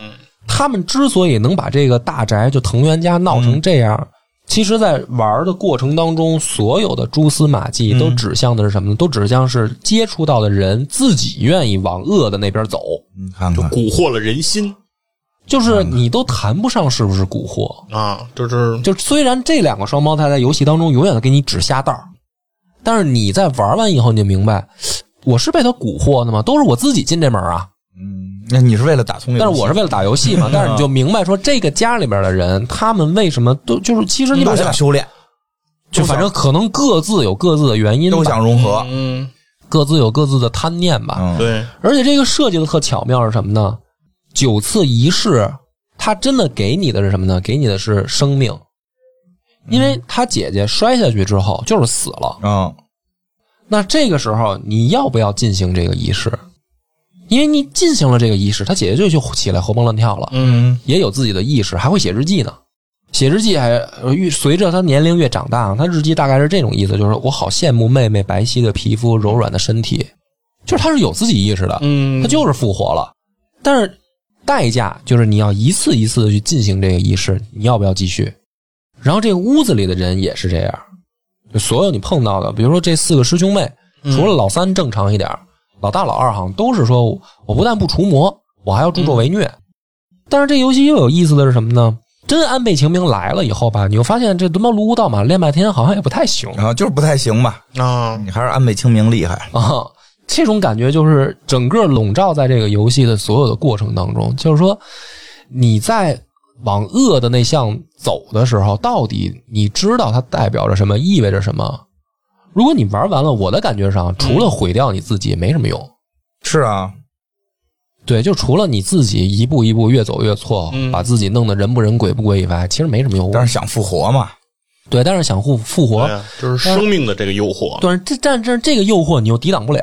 他们之所以能把这个大宅就藤原家闹成这样，其实，在玩的过程当中，所有的蛛丝马迹都指向的是什么呢？都指向是接触到的人自己愿意往恶的那边走，你看就看，蛊惑了人心就是你都谈不上是不是蛊惑，啊，就是就虽然这两个双胞胎在游戏当中永远的给你指瞎道儿但是你在玩完以后你就明白，我是被他蛊惑的吗？都是我自己进这门啊，嗯，那你是为了打通？但是我是为了打游 戏嘛。但是你就明白说，这个家里边的人，他们为什么都就是其实你把都想修炼，就反正可能各自有各自的原因都吧，想融合。嗯，各自有各自的贪念吧。嗯，对，而且这个设计的特巧妙是什么呢？九次仪式，它真的给你的是什么呢？给你的是生命，因为他姐姐摔下去之后就是死了。嗯，那这个时候你要不要进行这个仪式？因为你进行了这个仪式，他姐姐就就起来活蹦乱跳了，嗯，也有自己的意识，还会写日记呢。写日记还呃越随着他年龄越长大，他日记大概是这种意思，就是我好羡慕妹妹白皙的皮肤、柔软的身体，就是他是有自己意识的，嗯他就是复活了。但是代价就是你要一次一次的去进行这个仪式，你要不要继续？然后这个屋子里的人也是这样，就所有你碰到的，比如说这四个师兄妹，除了老三正常一点儿，老大老二好像都是说我不但不除魔，我还要助纣为虐。但是这游戏又有意思的是什么呢？真安倍晴明来了以后吧，你又发现这他妈卢武道满练半天好像也不太行然后就是不太行吧？啊，你还是安倍晴明厉害。 啊，这种感觉就是整个笼罩在这个游戏的所有的过程当中，就是说你在往恶的那项走的时候，到底你知道它代表着什么，意味着什么？如果你玩完了，我的感觉上，除嗯了毁掉你自己，没什么用。是啊，对，就除了你自己一步一步越走越错，嗯把自己弄得人不人鬼不鬼以外，其实没什么用。但是想复活嘛，对，但是想复复活，对啊就是生命的这个诱惑，但是这但是这个诱惑你又抵挡不了，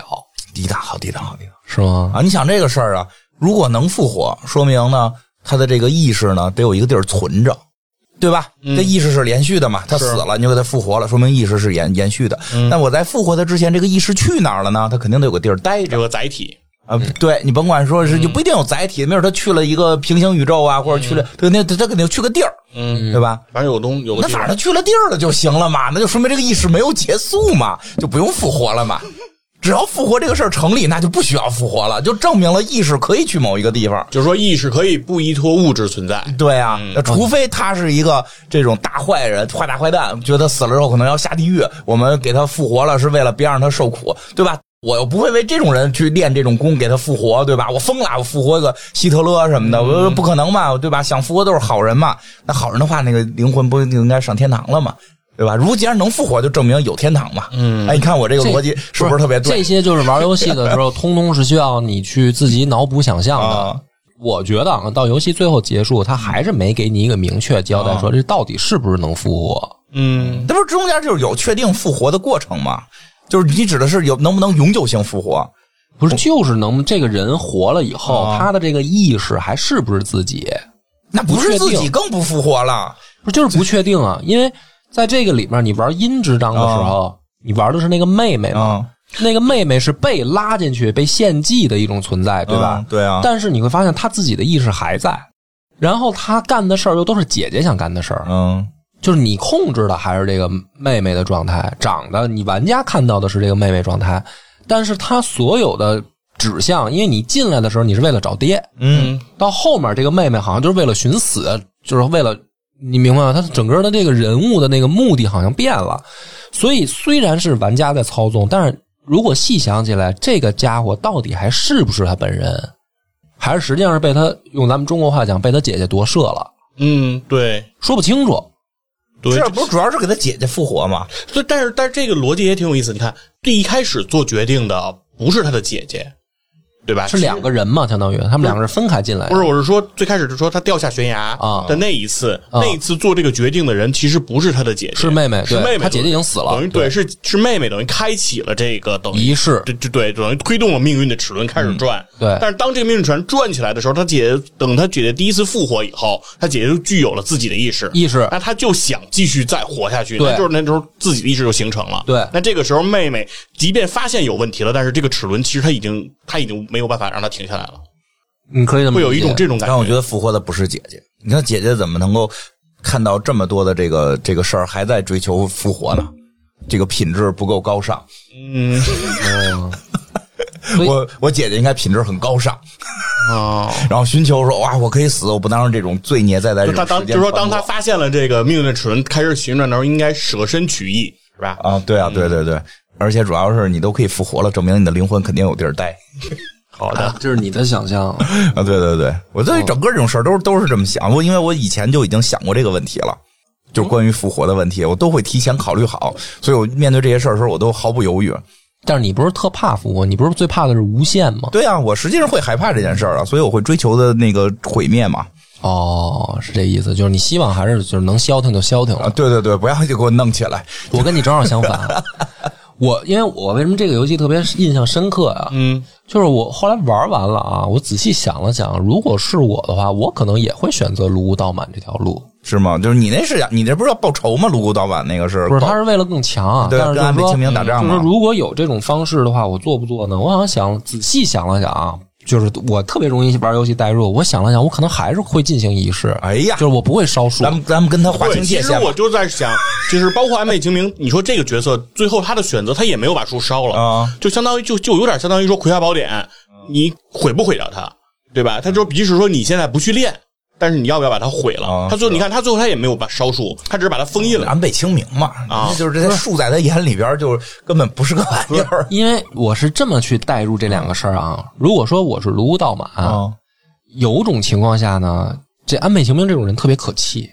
抵挡好，抵挡好，抵挡是吗？啊！你想这个事儿啊，如果能复活，说明呢，他的这个意识呢，得有一个地儿存着。对吧？这意识是连续的嘛？他死了，你就给他复活了，说明意识是延延续的。那我在复活他之前，这个意识去哪儿了呢？他肯定得有个地儿待着。有个载体，啊，对你甭管说是就不一定有载体，没准他去了一个平行宇宙啊，或者去了，他肯定他肯定去个地儿，嗯，对吧？反正有东有个那地反正方他去了地儿了就行了嘛，那就说明这个意识没有结束嘛，就不用复活了嘛。只要复活这个事儿成立，那就不需要复活了，就证明了意识可以去某一个地方。就是说意识可以不依托物质存在，对啊，嗯哦那除非他是一个这种大坏人、坏大坏蛋，觉得死了之后可能要下地狱，我们给他复活了是为了别让他受苦，对吧？我又不会为这种人去练这种功给他复活，对吧？我疯了，我复活一个希特勒什么的，嗯我不可能嘛，对吧？想复活都是好人嘛，那好人的话，那个灵魂不就应该上天堂了嘛？对吧？如果既然能复活，就证明有天堂嘛。嗯，哎，你看我这个这逻辑是不是特别这对些就是玩游戏的时 候，通通是需要你去自己脑补想象的。啊？我觉得啊，到游戏最后结束，他还是没给你一个明确交代，啊说这到底是不是能复活。嗯，那不是中间就是有确定复活的过程吗？就是你指的是有能不能永久性复活？不是，就是能这个人活了以后，啊他的这个意识还是不是自己？那不是自不确己定更不复活了。不就是不确定啊？因为在这个里面，你玩阴之章的时候，啊你玩的是那个妹妹嘛，嗯，那个妹妹是被拉进去、被献祭的一种存在，对吧？嗯对啊，但是你会发现她自己的意识还在，然后她干的事儿又都是姐姐想干的事儿，嗯就是你控制的还是这个妹妹的状态，长得你玩家看到的是这个妹妹状态，但是她所有的指向，因为你进来的时候你是为了找爹，嗯到后面这个妹妹好像就是为了寻死，就是为了你明白吗？她整个的这个人物的那个目的好像变了，所以虽然是玩家在操纵，但是如果细想起来，这个家伙到底还是不是他本人，还是实际上是被他用咱们中国话讲被他姐姐夺舍了，嗯，对说不清楚。对，这不是主要是给他姐姐复活吗？所以，但是但是这个逻辑也挺有意思。你看，这一开始做决定的不是他的姐姐，对吧？是两个人嘛，相当于他们两个人分开进来的。不是，我是说最开始就说他掉下悬崖啊的那一次，啊那一次做这个决定的人其实不是他的姐姐，是妹妹是对妹妹，她姐姐已经死了等于对，是是妹妹，等于开启了这个等于仪式，这这对，等于推动了命运的齿轮开始转。嗯对但是当这个命运齿轮转起来的时候，他姐姐等他姐姐第一次复活以后，他姐姐就具有了自己的意识，意识那他就想继续再活下去，对那就是那时候自己的意识就形成了。对那这个时候妹妹即便发现有问题了，但是这个齿轮其实他已经他已经没有办法让他停下来了，你可以这么会有理一解种这 种感但觉。我觉得复活的不是姐姐，你看姐姐怎么能够看到这么多的这个这个事儿，还在追求复活呢？这个品质不够高尚，嗯嗯所以 我我姐姐应该品质很高尚，啊，然后寻求说哇，我可以死，我不当成这种罪孽再在就这他种当时就间是说穿当他过发现了这个命运的齿轮开始旋转的时候，应该舍身取义，是吧？啊，对啊，对对对，而且主要是你都可以复活了，证明你的灵魂肯定有地儿待好的，这是你的想象，啊。对对对，我哦对整个这种事儿都是都是这么想，我因为我以前就已经想过这个问题了。哦就关于复活的问题，我都会提前考虑好，所以我面对这些事儿的时候，我都毫不犹豫。但是你不是特怕复活，你不是最怕的是无限吗？对啊，我实际上会害怕这件事儿啊，所以我会追求的那个毁灭嘛。哦，是这意思，就是你希望还是就是能消停就消停啊，了。对对对，不要就给我弄起来。我跟你正好相 反，我因为我为什么这个游戏特别印象深刻啊？嗯，就是我后来玩完了啊，我仔细想了想，如果是我的话，我可能也会选择卢沟盗满这条路。是吗？就是你那是你这不是要报仇吗？卢沟盗版那个是不是，报他是为了更强啊。对但是跟就是安倍说，晴明打仗就是嘛说如果有这种方式的话，我做不做呢？我好像想仔细想了想啊，就是我特别容易玩游戏代入。我想了想，我可能还是会进行仪式，哎呀就，是我不会烧树咱。们咱们跟他划对，清其界实限吧我就 在想，就是包括安倍晴明，你说这个角色最后他的选择，他也没有把书烧了，啊就相当于就就有点相当于说《葵花宝典》，你毁不毁掉它，对吧？他就即使说你现在不去练，但是你要不要把它毁了？啊他最后你看他最后他也没有把烧树，他只是把它封印了。安倍晴明嘛，啊那就是这些树在他眼里边就是根本不是个玩意儿因为我是这么去代入这两个事儿啊。如果说我是卢沟盗满，啊有种情况下呢，这安倍晴明这种人特别可气，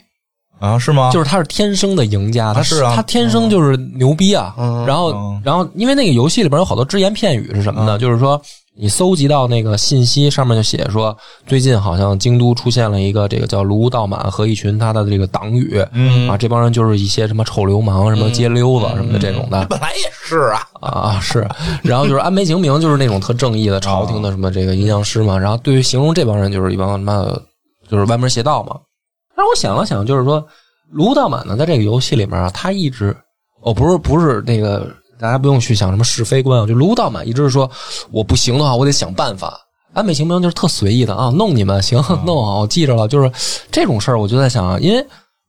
啊，是吗？就是是他是天生的赢家，他是啊他天生就是牛逼啊。然后嗯，然后因为那个游戏里边有好多只言片语是什么呢？就是说你搜集到那个信息上面就写说，最近好像京都出现了一个这个叫卢沟道满和一群他的这个党羽。嗯，啊，这帮人就是一些什么臭流氓、什么街溜子、什么的这种的本来也是啊，哎啊，是。然后就是安倍晴明，就是那种特正义的朝廷的什么这个阴阳师嘛。然后对于形容这帮人，就是一帮他妈的，就是歪门邪道嘛。但是我想了想，就是说卢道满呢，在这个游戏里面啊，他一直哦，不是不是那个，大家不用去想什么是非观啊。就卢道满一直是说，我不行的话，我得想办法。安倍晴明就是特随意的啊，弄你们行， 弄好，我记着了。就是这种事儿，我就在想啊，因为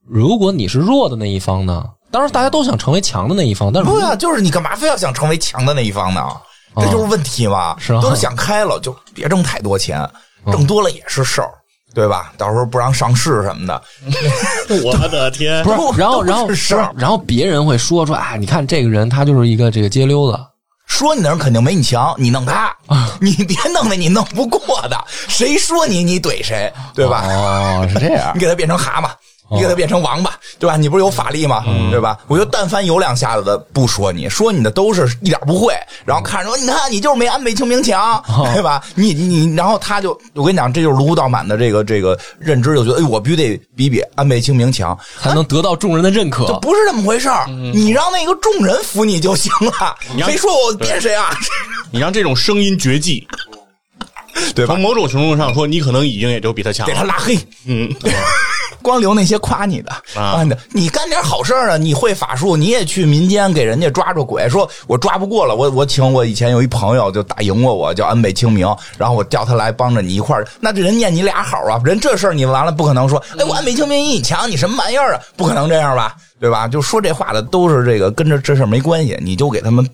如果你是弱的那一方呢，当然大家都想成为强的那一方，但是如不果啊，就是你干嘛非要想成为强的那一方呢？这就是问题嘛，哦是啊哦都是想开了，就别挣太多钱，挣多了也是事儿，对吧？到时候不让上市什么的，我的天不都是，然后都然后是事儿不是然后别人会说说啊，你看这个人他就是一个这个街溜子，说你那人肯定没你强，你弄他，啊你别弄那你弄不过的，谁说你你怼谁，对吧？哦，是这样你给他变成蛤蟆，你给他变成王八，对吧？你不是有法力吗？对吧？我觉得但凡有两下子的，不说你，说你的都是一点不会，然后看着说，你看你就是没安倍晴明强，对吧？你你，然后他就，我跟你讲，这就是卢武道满的这个这个认知，就觉得，哎，我必须得比比安倍晴明强， 才能得到众人的认可。这不是这么回事儿。你让那个众人服你就行了嗯你，让谁说我变谁啊？你让这种声音绝技，对吧从？某种程度上说，你可能已经也就比他强给他了。拉黑。嗯， 光留那些夸你的啊夸你的，你干点好事儿啊！你会法术，你也去民间给人家抓住鬼，说我抓不过了，我我请我以前有一朋友就打赢过我，叫安倍清明，然后我叫他来帮着你一块儿，那这人念你俩好啊，人这事儿你完了不可能说，哎，我安倍清明比你强，你什么玩意儿啊？不可能这样吧，对吧？就说这话的都是这个跟着这事儿没关系，你就给他们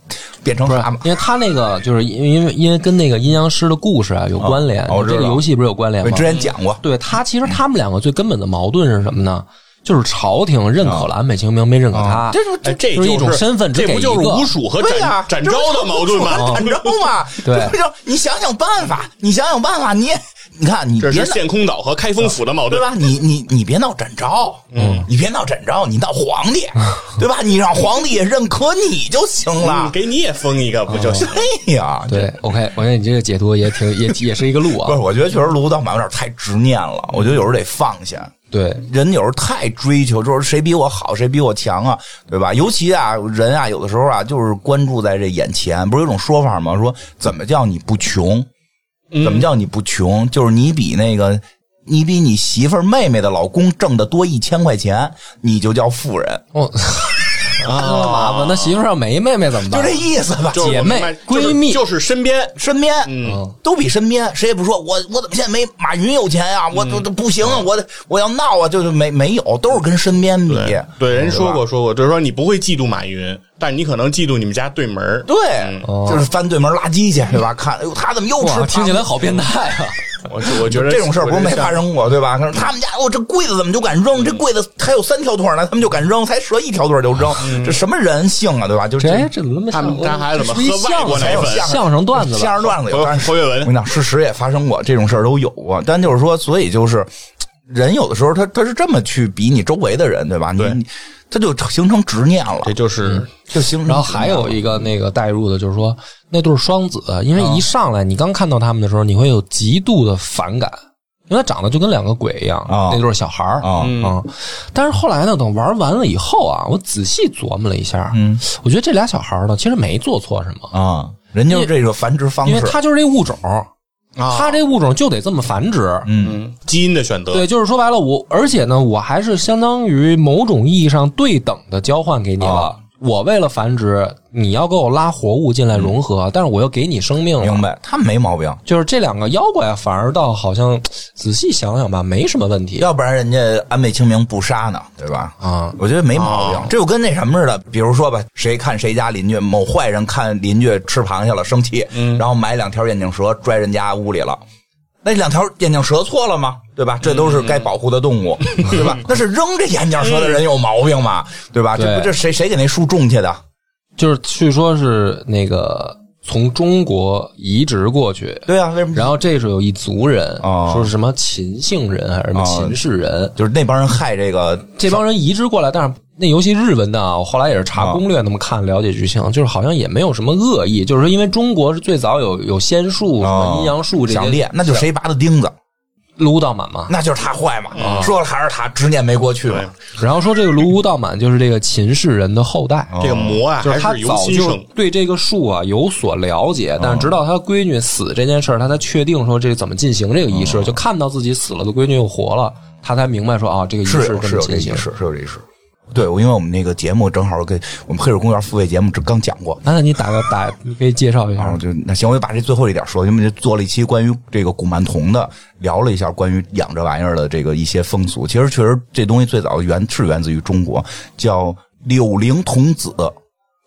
变成蛤蟆，因为他那个就是因为因为因为跟那个阴阳师的故事啊有关联，哦我知道哎这个游戏不是有关联我吗？之前讲过，对他，其实他们两个最根本的矛盾是什么呢？就是朝廷认可了安倍晴明，没认可他。这 就哎，这就是一就种身份只这给不一就是个吴蜀和对展、呀，展昭的矛盾吗？啊展昭 嘛，对这不就你想想办法，你想想办法，你也你看你别这是闹，陷空岛和开封府的矛对盾。吧？你你你别闹展昭，嗯，你别闹展昭，你闹皇帝，嗯对吧？你让皇帝也认可你就行嗯，了。给你也封一个不哦就行？ 对呀，对，OK，我觉得你这个解读也挺也也是一个路不啊 是，。我觉得确实卢武道满有点太执念了，我觉得有时候得放下。对，人有时候太追求，就是谁比我好，谁比我强啊，对吧？尤其啊，人啊，有的时候啊，就是关注在这眼前。不是有种说法吗？说怎么叫你不穷？嗯怎么叫你不穷？就是你比那个，你比你媳妇儿妹妹的老公挣的多一千块钱，你就叫富人，哦， 那麻烦，那媳妇儿要没妹妹怎么就办这？意思吧？嗯就是姐我明妹白就是闺蜜就是身边身边，嗯都比身边，谁也不说我我怎么现在没马云有钱呀、嗯我我我不行啊，我得我要闹啊，就是没没有，都是跟身边比。对对，人说吧过说过，就是说你不会嫉妒马云，但你可能嫉妒你们家对门儿。对，哦就是翻对门垃圾去，对吧？看，哎呦，他怎么又嗯吃哇，螃蟹？听起来好变态 啊！我我觉得这种事儿不是没我觉得发生过，对吧？可是他们家，哦，这柜子怎么就敢嗯扔？这柜子还有三条腿呢，他们就敢扔，才折一条腿就扔，这什么人性啊，对吧？就是嗯这这怎么那么他像们家孩子怎么这是一喝外相国声奶粉相声段子吧？相声段子有，但像是侯月我文跟你讲，事实也发生过这种事儿都有过，但就是说，所以就是人有的时候他他是这么去比你周围的人，对吧？你对你他就形成执念了嗯这，就是就形成。然后还有一个那个带入的，就是说那对双子，啊因为一上来你刚看到他们的时候，你会有极度的反感，因为他长得就跟两个鬼一样，哦那对小孩儿哦嗯但是后来呢，等玩完了以后啊，我仔细琢磨了一下，嗯我觉得这俩小孩儿呢，其实没做错什么，啊，人就是这个繁殖方因为式，他就是这物种，啊，他这物种就得这么繁殖。嗯嗯基因的选择，对，就是说白了，我而且呢，我还是相当于某种意义上对等的交换给你了。哦我为了繁殖，你要给我拉活物进来融合，但是我又给你生命了嗯明。白，他没毛病。就是这两个妖怪，反而倒好像仔细想想吧，没什么问题要不然人家安倍晴明不杀呢，对吧？啊。我觉得没毛病，哦这就跟那什么似的，比如说吧，谁看谁家邻居某坏人看邻居吃螃蟹了生气，嗯然后买两条眼镜蛇拽人家屋里了，那两条眼镜蛇错了吗？对嗯吧？这都是该保护的动物，对 吧？那是扔这眼镜蛇的人有毛病嘛，对吧？这不嗯对这谁谁给那树种去的？就是据说是那个从中国移植过去，对啊，为什么？然后这是有一族人，哦说是什么秦姓人还是什啊么秦氏人，就是那帮人害这个这帮人移植过来，但是那尤其日文的啊，我后来也是查攻略那么看了解剧情，就是好像也没有什么恶意，就是说因为中国是最早有有仙术、什么阴阳术这啊强些烈，，哦那就是谁拔的钉子，撸到满嘛。那就是他坏嘛。啊说了还是他执念没过去嘛。然后说这个卢乌道满就是这个秦氏人的后代，这个魔啊就是还他是由早心就生。对这个术啊有所了解，但是直到他闺女死这件事儿，他才确定说这怎么进行这个仪哦式，就看到自己死了的闺女又活了，他才明白说啊这个仪是式有这是么有这进意行。识，是有这意识。对，我因为我们那个节目正好跟我们黑水公园付费节目这刚讲过，那你打个打，你可以介绍一然下后就那行，我就把这最后一点说，因为这做了一期关于这个古曼童的，聊了一下关于养这玩意儿的这个一些风俗。其实确实这东西最早源是源自于中国，叫柳灵童子，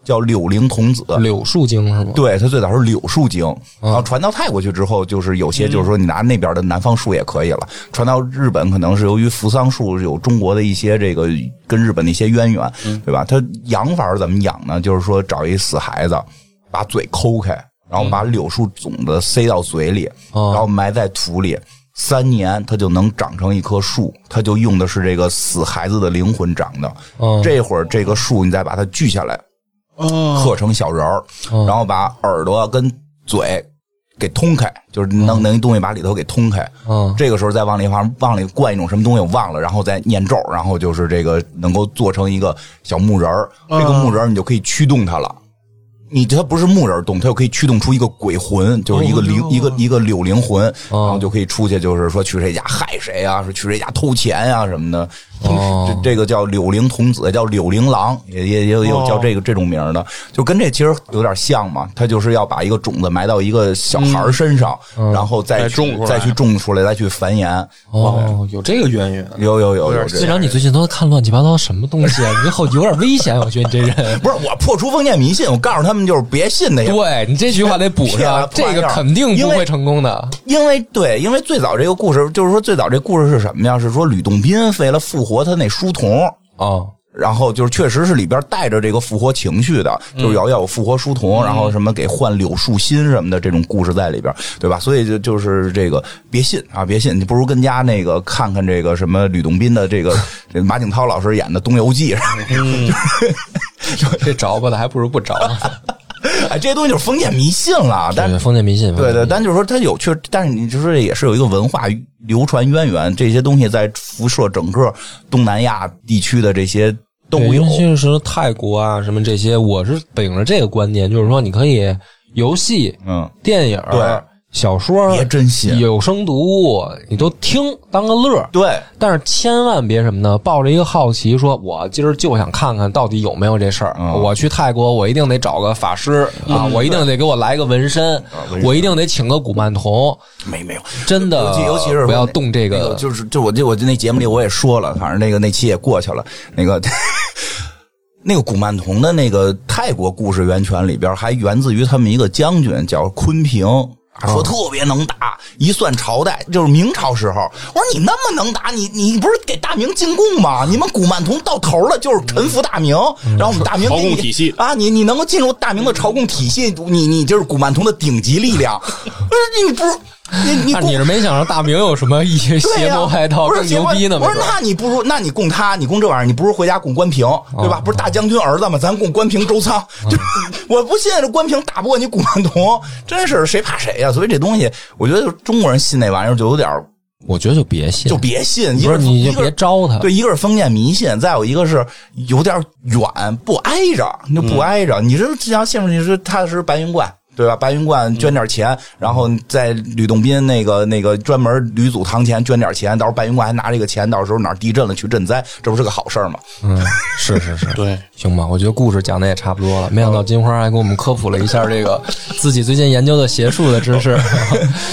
叫柳灵童子。柳树精是吗？对，它最早是柳树精，然后传到泰国去之后，就是有些就是说你拿那边的南方树也可以了。传到日本，可能是由于扶桑树有中国的一些这个跟日本的一些渊源，对吧？它养法是怎么养呢？就是说找一死孩子，把嘴抠开，然后把柳树种子塞到嘴里，哦然后埋在土里。三年它就能长成一棵树，它就用的是这个死孩子的灵魂长的。嗯这会儿这个树你再把它锯下来，哦，刻成小人儿，嗯然后把耳朵跟嘴给通开，就是弄弄一东西把里头给通开。嗯这个时候再往里往往里灌一种什么东西，我忘了，然后再念咒，然后就是这个能够做成一个小木人儿。嗯这个木人儿你就可以驱动它了。你它不是木人儿动，它就可以驱动出一个鬼魂，就是一哦个灵、嗯一个一个柳灵魂，然后就可以出去，就是说去谁家害谁啊，说去谁家偷钱啊什么的。哦这这个叫柳灵童子，叫柳灵郎，也也也有也有叫这个这种名儿的，就跟这其实有点像嘛。他就是要把一个种子埋到一个小孩嗯儿身上，然后再哎再去种出来嗯再去种出来，再去繁衍。哦，有这个渊源。有有有有有点这队个。长，你最近都看乱七八糟什么东西啊？ 你好，有点危险，我觉得你这人。不是我破除封建迷信，我告诉他们就是别信那 些对你这句话得补骗了上，骗 这了个肯定不会成功的。因为对，因为最早这个故事就是说，最早这故事是什么呀？是说吕洞宾为了复活他那书童，啊然后就是确实是里边带着这个复活情绪的，嗯就是要要有复活书童，然后什么给换柳树心什么的这种故事在里边，对吧？所以就就是这个别信啊，别信，你不如跟家那个看看这个什么吕洞宾的这个 这马景涛老师演的《东游记》， 这着吧的还不如不 着。 哎，这些东西就是封建迷信了，但对，封建迷信。对对，但就是说它有确，但是你就是也是有一个文化流传渊源，这些东西在辐射整个东南亚地区的这些都对有尤。其是泰国啊什么这些，我是秉着这个观念，就是说你可以游戏、嗯，电影、对小说、别真信有声读物，你都听当个乐儿。对，但是千万别什么呢？抱着一个好奇说，我今儿就想看看到底有没有这事儿。嗯我去泰国，我一定得找个法师、啊，我一定得给我来个纹身，啊我一定得请个古曼童。没没有，真的尤其尤其是不要那动这个那就是就我就我那节目里我也说了，反正那个那期也过去了，那个。 那个古曼童的那个泰国故事源泉里边，还源自于他们一个将军叫昆平，哦说特别能打。一算朝代，就是明朝时候。我说你那么能打，你你不是给大明进贡吗？你们古曼童到头了就是臣服大明，嗯然后我们大明朝给你贡体系啊，你你能够进入大明的朝贡体系，你你就是古曼童的顶级力 量。不是你不是你你但贡啊你是没想到大明有什么一些对邪呀，魔歪道不是更牛逼呢？不是没准，儿哦那你不如，那你供他，你供这玩意儿，你不如回家供关平，对吧？不是大将军儿子吗？咱供关平、周仓，就是 我不信这关平打不过你古曼童，真是谁怕谁呀、所以这东西，我觉得中国人信那玩意儿就有点儿我觉得就别信，就别信，一不个是你就一个别招他。对，一个是封建迷信，再有一个是有点远，不挨着，你就不挨着。你这这条线上你是踏实白云观。对吧？白云观捐点钱，然后在吕洞宾那个那个专门吕祖堂前捐点钱，到时候白云观还拿这个钱，到时候哪儿地震了去赈灾，这不是个好事儿吗？嗯，是是是，对，行吧，我觉得故事讲的也差不多了。没想到金花还给我们科普了一下这个自己最近研究的邪术的知 识，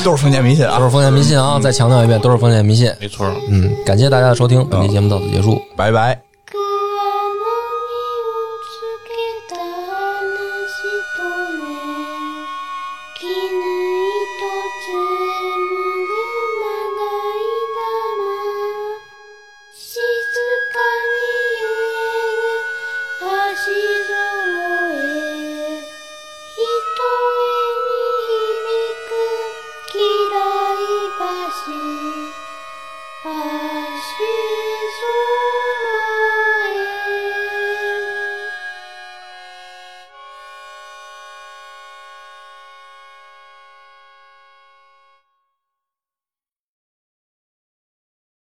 都是封建迷信都啊！是封建迷信啊！再强调一遍，都是封建迷信。没错儿。嗯，感谢大家的收听，本期节目到此结束。拜拜。くあの実をつけた話とね」「きな